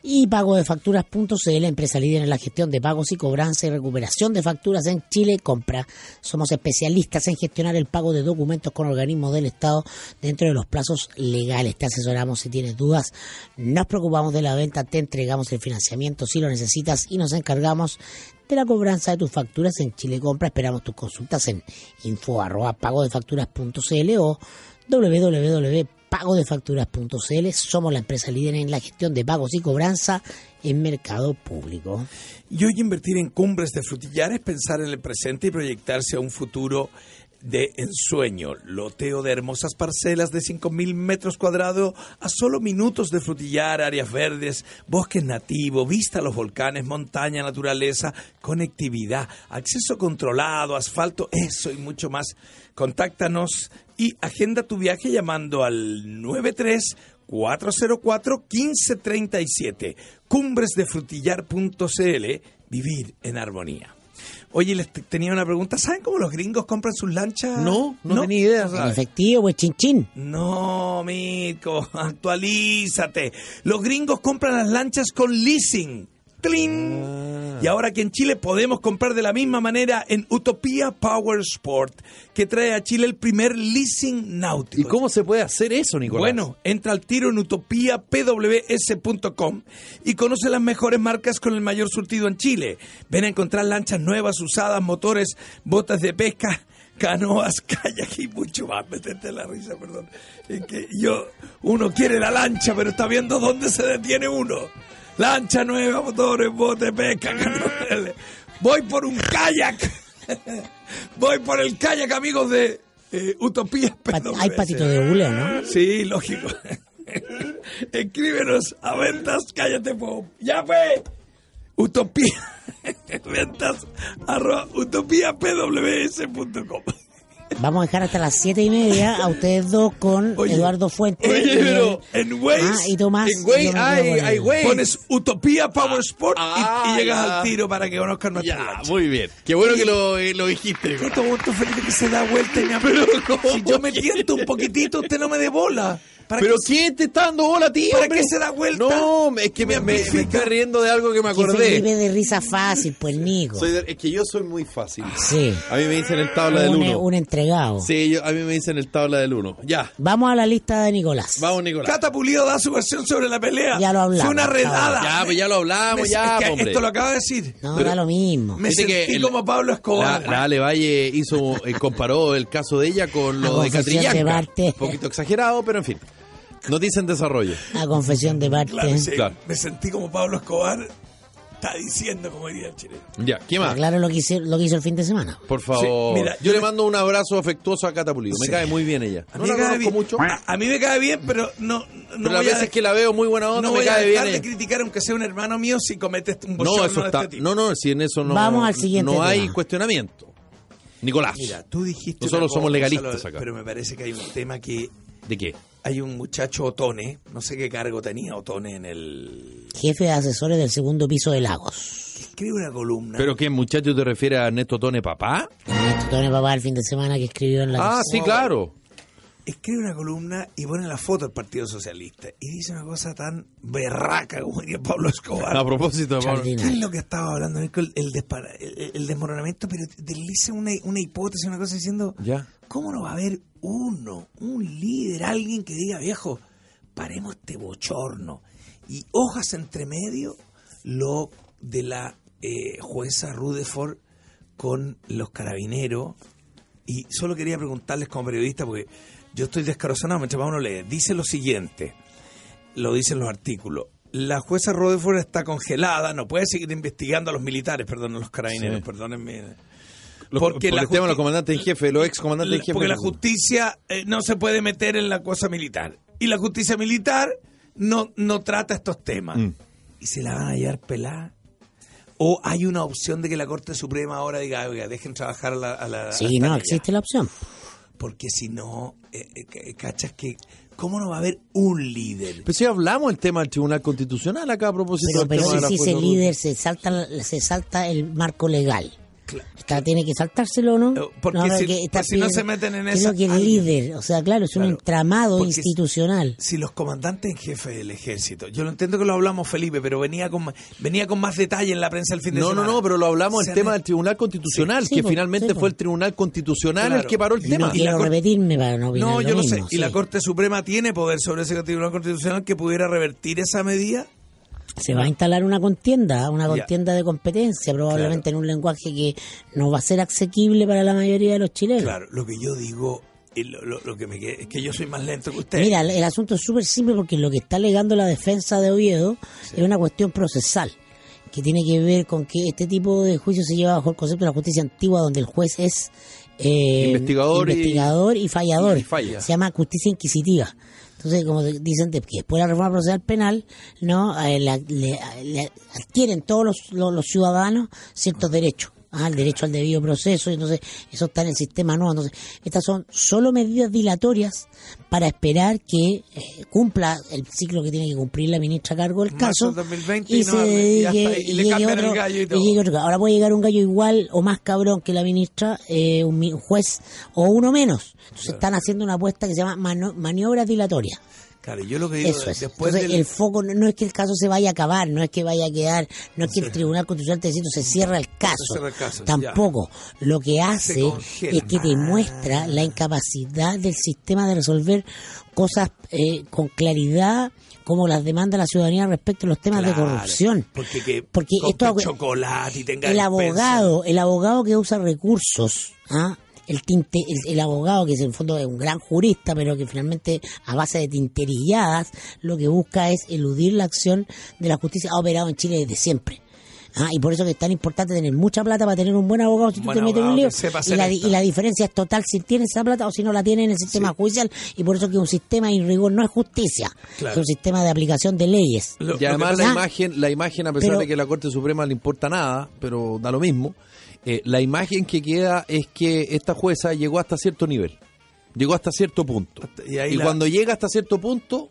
Y pago de facturas.cl, empresa líder en la gestión de pagos y cobranza y recuperación de facturas en Chile Compra. Somos especialistas en gestionar el pago de documentos con organismos del Estado dentro de los plazos legales. Te asesoramos si tienes dudas, nos preocupamos de la venta, te entregamos el financiamiento si lo necesitas y nos encargamos de la cobranza de tus facturas en Chile Compra. Esperamos tus consultas en info arroba pagodefacturas.cl o www.pagodefacturas.cl. Somos la empresa líder en la gestión de pagos y cobranza en mercado público. Y hoy invertir en cumbres de frutillar es pensar en el presente y proyectarse a un futuro de ensueño. Loteo de hermosas parcelas de 5.000 metros cuadrados a solo minutos de frutillar, áreas verdes, bosques nativos, vista a los volcanes, montaña, naturaleza, conectividad, acceso controlado, asfalto, eso y mucho más. Contáctanos y agenda tu viaje llamando al 93 404-1537. Cumbresdefrutillar.cl. Vivir en armonía. Oye, les te- tenía una pregunta. ¿Saben cómo los gringos compran sus lanchas? No, no Ah. tenía idea. O sea, En efectivo, pues chin chin. no, Mirko, actualízate. Los gringos compran las lanchas con leasing. ¡Tling! Ah. Y ahora que en Chile podemos comprar de la misma manera en Utopía Power Sport, que trae a Chile el primer leasing náutico. ¿Y cómo se puede hacer eso, Nicolás? Bueno, entra al tiro en utopiapws.com y conoce las mejores marcas con el mayor surtido en Chile. Ven a encontrar lanchas nuevas, usadas, motores, botas de pesca, canoas, kayak y mucho más. Meterte la risa, perdón. Es que yo, uno quiere la lancha, pero está viendo dónde se detiene uno. Lancha nueva, motores, botes de pesca. canoas. Voy por un kayak. Voy por el kayak, amigos de eh, Utopía Pa- PWS. hay patito de buleo, ¿no? Sí, lógico. Escríbenos a ventas, cállate, po. Ya fue. Utopía. ventas arroba utopiapws.com. Vamos a dejar hasta las siete y media a ustedes dos con Oye, Eduardo Fuentes. oye, y el- pero en Waze- Ah, y Tomás. en Waze yo me hay- quedo con él. hay Waze. Pones Utopía Power Sport y- Ah, y, llegas ya. al tiro para que conozcan nuestra Ya, lancha. muy bien. Qué bueno que lo, eh, lo dijiste, Nicolás. Puto gusto, Felipe, que se da vuelta y me ¿cómo? Si yo me tiento un poquitito, usted no me dé bola. ¿Para ¿Pero qué se- quién te está dando bola a ti, ¿Para hombre? qué se da vuelta? No, es que me, Me me- me amplifica. estoy riendo de algo que me Que Felipe acordé. de risa fácil, pues Nico. Soy de- es que yo soy muy fácil. Sí. A mí me dicen el tabla del un, 1. un entregado. Sí, yo- a mí me dicen el tabla del 1. Ya, Vamos a la lista de Nicolás. vamos, Nicolás. Cata Pulido da su versión sobre la pelea. Ya lo hablamos, Fue una cabrón. redada. Ya, pues ya lo hablamos, Me- ya, es que hombre. Esto lo acaba de decir. No, Pero- da lo mismo. Me Dice que sentí el- como Pablo La, Escobar. la Ale Valle hizo, eh, comparó el caso de ella con La lo de confesión de Catrillanca. Barte. Un poquito exagerado, pero en fin. Noticia en desarrollo. A confesión de parte. Claro, sí, Claro. Me sentí como Pablo Escobar está diciendo, como diría el chileno. Ya, ¿qué más? Claro lo que, hizo, lo que hizo el fin de semana. Por favor. Sí, mira, yo yo le le- mando un abrazo afectuoso a Cata Pulido. Me Sí. cae muy bien ella. A No mí la me cae conozco bien. mucho. A, a mí me cae bien, pero no, no pero las voy a, veces que la veo muy buena onda no me voy a cae bien. dejar de ella. criticar aunque sea un hermano mío si cometes un bochorno No, eso de está. este tipo. No, no, si en eso no, Vamos al siguiente no hay tema. cuestionamiento. Nicolás, Mira, tú dijiste Nosotros una somos cosa, legalistas Gonzalo, acá. Pero me parece que hay un tema que ¿de qué? hay un muchacho Otone, no sé qué cargo tenía Otone en el... Jefe de asesores del segundo piso de Lagos. que escribe una columna. ¿Pero qué muchacho te refieres a Ernesto Tone Papá? Ernesto Tone Papá el fin de semana que escribió en la... Ah, sí, claro. escribe una columna y pone la foto del Partido Socialista y dice una cosa tan berraca como diría Pablo Escobar. A propósito, de Pablo. Charlie. ¿Qué es lo que estaba hablando, Nico? El, el dispara- el- el desmoronamiento, pero desliza una, una hipótesis, una cosa diciendo, Ya. ¿cómo no va a haber uno, un líder, alguien que diga, viejo, paremos este bochorno? y hojas entre medio lo de la eh, jueza Rudeford con los carabineros. Y solo quería preguntarles como periodista, porque yo estoy descarozonado mientras más uno lee. Dice lo siguiente, lo dicen los artículos. La jueza Rutherford está congelada, no puede seguir investigando a los militares, perdón, a los carabineros, Sí. perdónenme. Los- Porque por la el tema de justi- los comandantes en jefe, los ex comandantes en jefe. Porque la justicia eh, no se puede meter en la cosa militar. Y la justicia militar no, no trata estos temas. Mm. Y se la van a llevar pelada. O hay una opción de que la Corte Suprema ahora diga, oiga, dejen trabajar a la... a la- Sí, a no, ella". existe la opción. Porque si no, eh, eh, c- cachas que... ¿Cómo no va a haber un líder? Pero si hablamos el tema del Tribunal Constitucional acá a propósito Pero, del pero tema de la si jueza ese Rutherford. líder se salta, la- se salta el marco legal. Cla- Está, tiene que saltárselo, ¿no? Eh, porque si- que pues si no pidiendo- se meten en ¿qué es esa- lo que el alguien. líder, o sea, claro, es un Claro, entramado porque es- institucional. Si los comandantes en jefe del ejército, yo lo entiendo que lo hablamos Felipe, pero venía con ma- venía con más detalle en la prensa el fin de No, no, semana. no, pero lo hablamos el Se han tema del Tribunal Constitucional, Sí, que po, finalmente sí, po. fue el Tribunal Constitucional el Claro. que paró el Y tema. No y la quiero cor- repetirme para no opinar No, lo yo lo sé. mismo, Y la sí. Corte Suprema tiene poder sobre ese Tribunal Constitucional que pudiera revertir esa medida. Se va a instalar una contienda, una Ya. contienda de competencia, probablemente en un lenguaje que no va a ser asequible para la mayoría de los chilenos. Claro, lo que yo digo, y lo, lo- lo que me queda- es que yo soy más lento que usted. Mira, el- el asunto es súper simple porque lo que está alegando la defensa de Oviedo es una cuestión procesal que tiene que ver con que este tipo de juicio se lleva bajo el concepto de la justicia antigua donde el juez es eh, Investigador y- investigador y, fallador. y falla. Se llama justicia inquisitiva. Entonces, como de- dicen de- que después de la reforma procesal penal, ¿no? Eh, la- le, le adquieren todos los, los- los ciudadanos ciertos derechos. Ah, el derecho al debido proceso, y entonces eso está en el sistema nuevo. Entonces, estas son solo medidas dilatorias para esperar que eh, cumpla el ciclo que tiene que cumplir la ministra a cargo del Marzo caso. 2020 y y, no se hable, y hasta dedique- ahí, y le llegue cambian el otro- gallo y y todo. llegue otro- Ahora puede llegar un gallo igual o más cabrón que la ministra, eh, un, mi- un juez o uno menos. Entonces, están haciendo una apuesta que se llama mano- maniobra dilatoria. Claro, yo lo que digo Eso es. después Entonces, del- el foco no, no es que el caso se vaya a acabar, no es que vaya a quedar, no es que el Tribunal Constitucional te diciendo se cierra el caso. cierra el caso, Tampoco. Lo que hace congela. es que te muestra la incapacidad del sistema de resolver cosas eh, con claridad como las demanda la ciudadanía respecto a los temas Claro, de corrupción. Porque, que Porque compre esto- chocolate y tenga El despensa. abogado, el abogado que usa recursos, ¿ah? el, tinte, el, el abogado que es, en el fondo es un gran jurista, pero que finalmente a base de tinterilladas lo que busca es eludir la acción de la justicia, ha operado en Chile desde siempre. ¿ah? y por eso que es tan importante tener mucha plata para tener un buen abogado si Un tú buen te metes en un abogado lío. que sepa Y hacer la, di- esto. y la diferencia es total si tienes esa plata o si no la tienes en el sistema judicial. Y por eso que un sistema en rigor no es justicia, Claro. es un sistema de aplicación de leyes. Lo- lo y que además pasa- la pasa- imagen, la imagen, a pesar Pero- de que la Corte Suprema le importa nada, pero da lo mismo, eh, la imagen que queda es que esta jueza llegó hasta cierto nivel, llegó hasta cierto punto. Hasta- Y, y ahí la- cuando llega hasta cierto punto,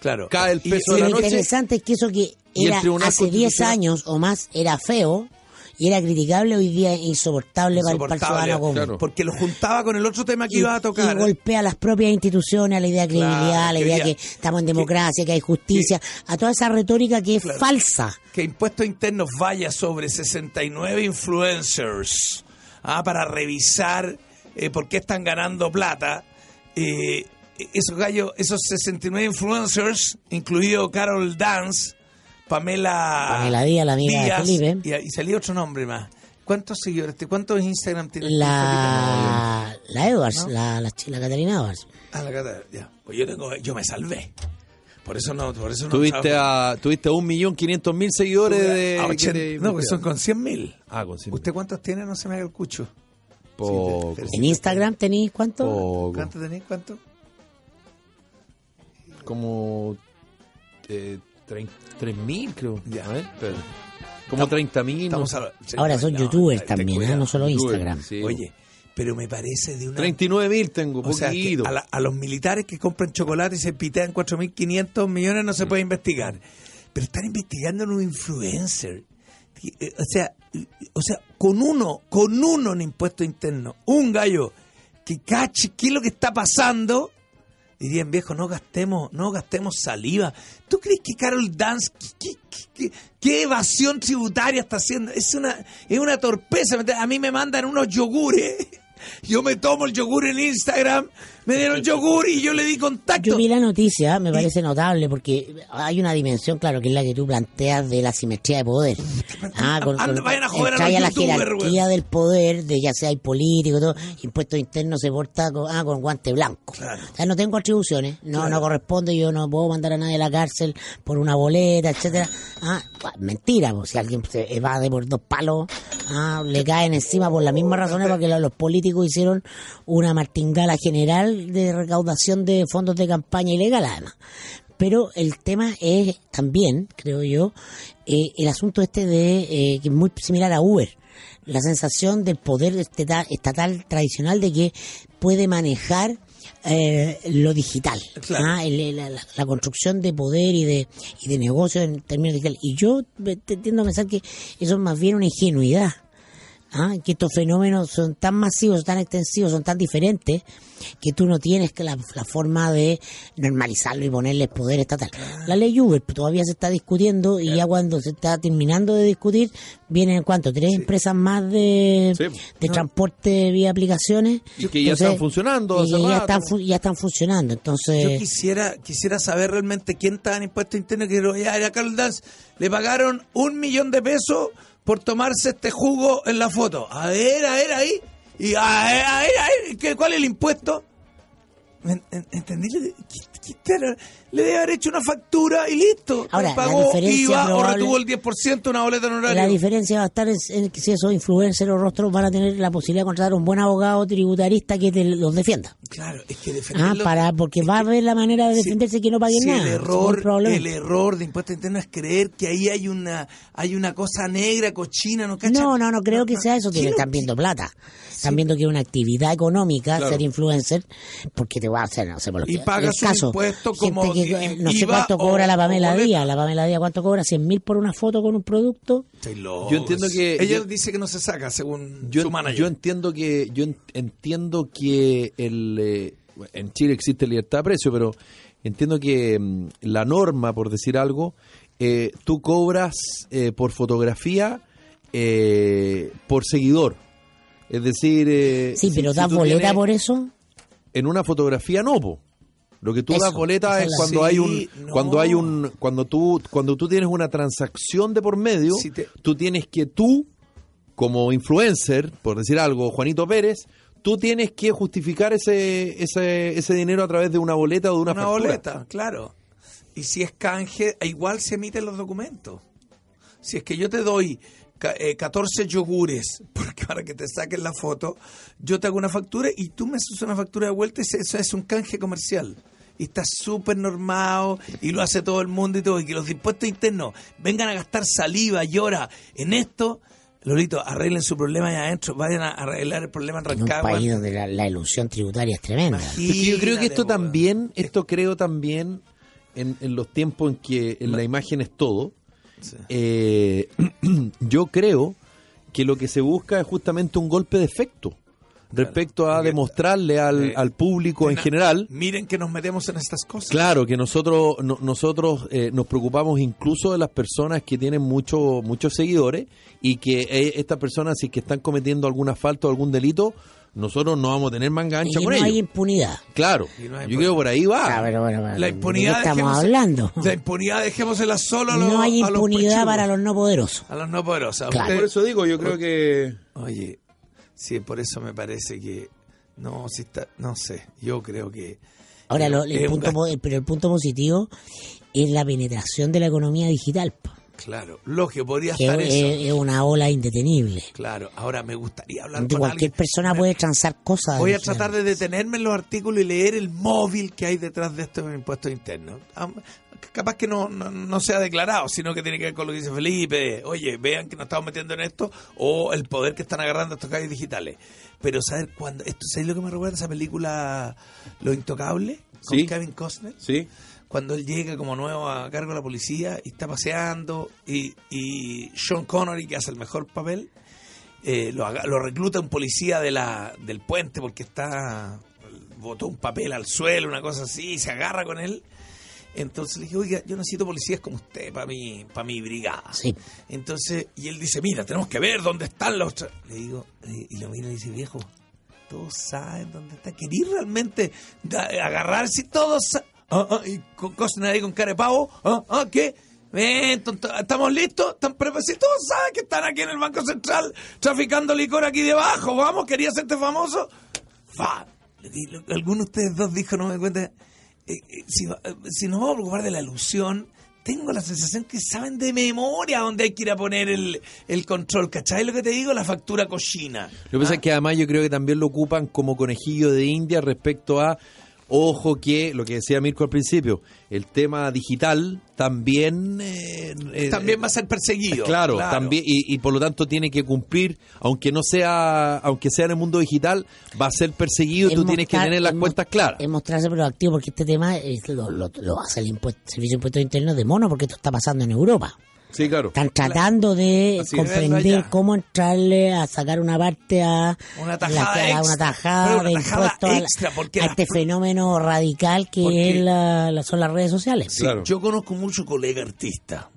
claro. cae el Y- peso de y- Pero la lo noche. interesante es que eso que Y el era Tribunal hace 10 Constitucional- años o más era feo y era criticable, hoy día es insoportable, para el insoportable, ciudadano común. claro. Porque lo juntaba con el otro tema que Y- iba a tocar. ¿eh? y golpea a las propias instituciones, a la idea de Claro, credibilidad, a la que idea ya- que estamos en democracia, que, hay justicia, a toda esa retórica que es Claro. falsa. que impuestos internos vaya sobre 69 influencers ah, para revisar eh, por qué están ganando plata. Eh, esos gallos, esos 69 influencers, incluido Carol Dance, Pamela, Pamela Díaz, la amiga de Felipe. y, y salió otro nombre más. ¿Cuántos seguidores? te- ¿Cuántos Instagram tiene La, la Edwards, la, la, chi- la Catalina Edwards. Felipe? Ah, la Cata, ya. Pues yo tengo, yo me salvé. Por eso no, por eso no tuviste trabajo. a, tuviste a un millón quinientos mil seguidores de... A que 80 te- no, que son con 100 mil. Ah, con cien mil. ¿Usted cuántos tiene? No se me haga el cucho. Poco, Sí, En Instagram tenéis cuánto? poco. ¿Cuánto tenés? ¿Cuánto? como eh, trein- 3.000 creo. Ya. A ver, espera. Como 30.000. no Estamos sé. a- Ahora son no, youtubers te también, cuidado. ¿ah? no solo YouTube, Instagram. sí. Oye, pero me parece de una... 39.000 tengo, o sea, que poquito. a, la- a los militares que compran chocolate y se pitean 4.500 millones Mm. no se puede investigar. Pero están investigando a un influencer. Eh, O sea, eh, o sea, con uno, con uno en impuesto interno, un gallo que cache qué es lo que está pasando, dirían, viejo, no gastemos, no gastemos saliva. ¿Tú crees que Carol Dance, qué, qué- qué- qué evasión tributaria está haciendo? Es una, es una torpeza. ¿me entiendes? A mí me mandan unos yogures. Yo me tomo el yogur en Instagram, me dieron yogur y yo le di contacto. Yo vi la noticia, me parece notable, porque hay una dimensión, claro, que es la que tú planteas de la simetría de poder. Ah, Anda, vayan a joder a entráis los la youtubers, jerarquía del poder, de ya sea el político, todo, impuesto interno se porta con, ah, con guante blanco. O sea, no tengo atribuciones, no, no corresponde, yo no puedo mandar a nadie a la cárcel por una boleta, etcétera. Ah, bah, mentira, pues, si alguien se evade por dos palos, ah, le caen encima por las mismas razones porque los, los políticos hicieron una martingala general de recaudación de fondos de campaña ilegal, además. Pero el tema es también, creo yo, eh, el asunto este de eh, que es muy similar a Uber. La sensación del poder esteta- estatal tradicional de que puede manejar eh, lo digital, Claro. ah, el- la, la- la construcción de poder y de, y de negocio en términos digitales. Y yo me- te- tiendo a pensar que eso es más bien una ingenuidad. Ah, que estos fenómenos son tan masivos, tan extensivos, son tan diferentes, que tú no tienes que la, la forma de normalizarlo y ponerle poder estatal. La ley Uber todavía se está discutiendo y ya cuando se está terminando de discutir, vienen cuánto, tres empresas más de, Sí. de transporte vía aplicaciones. Ah. Y que ya están funcionando y hace que ya, rato. están, fu- ya están funcionando, Yo entonces... quisiera, quisiera saber realmente quién estaba en impuesto interno que lo- ya, ya Carlos Dance le pagaron un millón de pesos por tomarse este jugo en la foto. A ver, a ver, ahí. Y a ver, a ver, a ver, ¿qué- ¿cuál es el impuesto? En- en- ¿Entendí? Le- ¿qué- qué era? Le debe haber hecho una factura y listo. Le Ahora, la pagó diferencia IVA o probable- retuvo el 10% una boleta en La horario. diferencia va a estar en, en que si esos influencers o rostros van a tener la posibilidad de contratar un buen abogado tributarista que te los defienda. Claro, es que Ah, defenderlo... para, porque va a haber la manera de Sí, defenderse que no paguen sí, nada. El Muy error, probablemente. el error de impuesto interno es creer que ahí hay una hay una cosa negra, cochina, ¿no cachan? No, no, no creo que no. sea eso. ¿Qué que le Ah, lo- están viendo plata. Están viendo que es una actividad económica ser influencer, porque te va a hacer, no sé, por lo Y que- pagas el un caso, impuesto gente como que, i- eh, no sé IVA cuánto o- cobra la o Pamela boleta. Díaz. La Pamela Díaz, ¿cuánto cobra? ¿100 mil por una foto con un producto? Estoy loco. Yo entiendo que- Ella yo- dice que no se saca, según yo, su manager. yo entiendo que yo en- entiendo que el eh, en Chile existe libertad de precio, pero entiendo que mm, la norma, por decir algo, eh, tú cobras eh, por fotografía eh, por seguidor. Es decir, eh, Sí, si- pero si das tú boleta tienes- por eso. en una fotografía no, po. Lo que tú Eso, das boleta esa es es la- cuando Sí, hay un no. cuando hay un cuando tú cuando tú tienes una transacción de por medio, Si te- tú tienes que tú como influencer, por decir algo, Juanito Pérez, tú tienes que justificar ese ese, ese dinero a través de una boleta o de una, una factura. boleta, claro. Y si es canje, e igual se emiten los documentos. Si es que yo te doy ca- eh, 14 yogures porque para que te saquen la foto, yo te hago una factura y tú me haces una factura de vuelta y se- eso es un canje comercial. Y está súper normado y lo hace todo el mundo y todo. Y que los impuestos internos vengan a gastar saliva y hora en esto. Lolito, arreglen su problema allá adentro. Vayan a arreglar el problema en En un Rancagua. país donde la, la ilusión tributaria es tremenda. Es que yo creo que esto Imagínate, weón. también, esto creo también en, en los tiempos en que en la imagen es todo. Sí. Eh, yo creo que lo que se busca es justamente un golpe de efecto respecto a demostrarle al, eh, al público en Na- general. Miren que nos metemos en estas cosas. Claro, que nosotros no- nosotros eh, nos preocupamos incluso de las personas que tienen mucho, muchos seguidores y que eh, estas personas, si es que están cometiendo alguna falta o algún delito, nosotros no vamos a tener más Y gancha que con no hay ellos. impunidad. Claro, Y no hay yo creo que por ahí va. Ah, pero bueno, bueno, La ¿de qué impunidad estamos dejémosela- hablando. La impunidad dejémosela solo a los No hay a los impunidad pechugas, para los no poderosos. a los no poderosos. Claro. Ustedes- Por eso digo, yo creo que... Oye, sí, por eso me parece que no si está, no sé, yo creo que Ahora, lo- Es el un punto, gasto. po- el- pero el punto positivo es la penetración de la economía digital, po, claro, lo que podría que estar eso. es, es una ola indetenible. Claro, ahora me gustaría hablar Donde con cualquier alguien. persona puede transar cosas. Voy a digital. tratar de detenerme en los artículos y leer el móvil que hay detrás de estos impuestos internos. Am- Capaz que no, no, no sea declarado, sino que tiene que ver con lo que dice Felipe. Oye, vean que nos estamos metiendo en esto o el poder que están agarrando estos calles digitales. Pero saber cuándo... Esto, ¿Sabes lo que me recuerda esa película Lo Intocable? Con Sí. Kevin Costner Sí. cuando él llega como nuevo a cargo de la policía y está paseando y, y Sean Connery, que hace el mejor papel, eh, lo, aga- lo recluta un policía de la, del puente porque está botó un papel al suelo, una cosa así, y se agarra con él. Entonces le dije, oiga, yo necesito policías como usted para mi, para mi brigada. Sí. Entonces, y él dice, mira, tenemos que ver dónde están los... tra-". Le digo, eh, y lo mira y dice, viejo, todos saben dónde está. ¿Querís realmente da- agarrar si todos sa- ah, ah, y con cosas ahí con cara de pavo? Ah, ah, ¿Qué? Ven, tonto, ¿estamos listos? ¿Están preparados? Si todos saben que están aquí en el Banco Central traficando licor aquí debajo, vamos, quería hacerte famoso. Fa. Y lo- Alguno de ustedes dos dijo, no me cuenta, eh, eh, si, va- eh, si nos vamos a preocupar de la ilusión, tengo la sensación que saben de memoria dónde hay que ir a poner el, el control, ¿cachai? Lo que te digo, la factura cochina. Lo que pasa es que además yo creo que también lo ocupan como conejillo de India respecto a, ojo que, lo que decía Mirko al principio, el tema digital también... eh, eh, También va a ser perseguido. Claro, también y, y por lo tanto tiene que cumplir, aunque no sea, aunque sea en el mundo digital, va a ser perseguido. y Es Tú tienes que mostrar- tener las es mos- cuentas claras. Es mostrarse proactivo porque este tema es- lo, lo- lo hace el impuesto, Servicio de Impuestos Internos de mono porque esto está pasando en Europa. Sí, claro. Están tratando de Así de verlo comprender allá. cómo entrarle a sacar una parte a Una tajada la- a extra. una tajada Pero una de tajada impuesto a la- extra, porque a las este pro- fenómeno radical que Porque- es la- la- son las redes sociales. Sí, claro. Yo conozco mucho colega artista.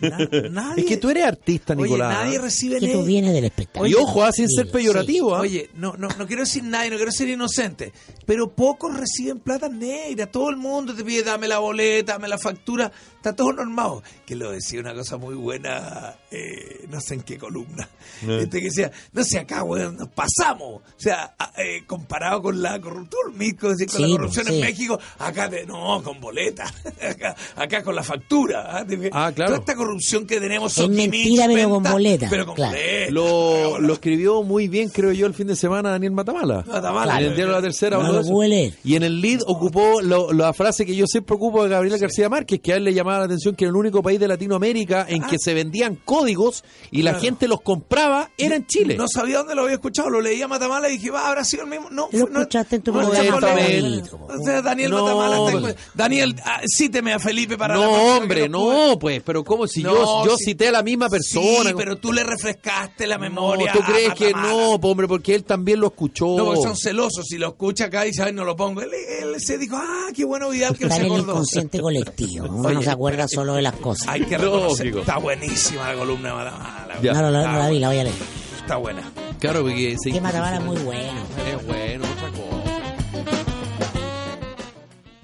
Na- nadie- Es que tú eres artista, Oye, Nicolás. nadie recibe Que tú le- vienes del espectáculo. y ojo, ah, sin Sí, ser sí. peyorativo. ah. Oye, no, no, no quiero decir nadie, no quiero ser inocente, pero pocos reciben plata negra. Todo el mundo te pide, dame la boleta, dame la factura. Está todo normado. Que lo decía una cosa muy buena, eh, no sé en qué columna. Eh. Este que decía, no sé, acá, weón, nos pasamos. O sea, a- eh, comparado con la corrupción, Mirko, decir, con Sí, la corrupción pues, en sí. México, acá, te- no, con boleta. acá, acá con la factura. ¿ah? Ah, claro. Toda esta corrupción que tenemos. Es Sokimich, mentira, pero con venta, boleta, Pero con claro. boleta. Lo, lo escribió muy bien, creo yo, el fin de semana Daniel Matamala. Matamala. En el diario La Tercera. No habló de lo eso. pude leer. Y en el lead ocupó lo- la frase que yo siempre ocupo de Gabriela García Márquez, que a él le llamaba la atención que era el único país de Latinoamérica Ah. en que se vendían códigos y la gente los compraba era en Chile. No sabía dónde lo había escuchado, lo leía Matamala y dije, va, habrá sido el mismo. No, Lo fue- no- escuchaste en tu no, programa no, favorito, no, o sea, Daniel No, Matamala está en- pues- Daniel, ah, cíteme a Felipe para la no, próxima hombre, que lo pude. no, pues, pero como si No, yo, yo sí. cité a la misma persona. Sí, pero tú le refrescaste la No, memoria. ¿Tú a crees que Matamala. no, po, hombre? Porque él también lo escuchó. No, porque son celosos. Si lo escucha acá y sabe, no lo pongo. Él, él se dijo, ah, qué bueno Vidal que Está se en el acordó. inconsciente colectivo. Uno no se acuerda solo de las cosas. Hay que reconocer. Lógico. Está buenísima la columna de Matamala. Ya. No, no, no, no Está la vi, buena. la voy a leer. Está buena. Claro, porque se Que Matamala es muy bueno. Es bueno.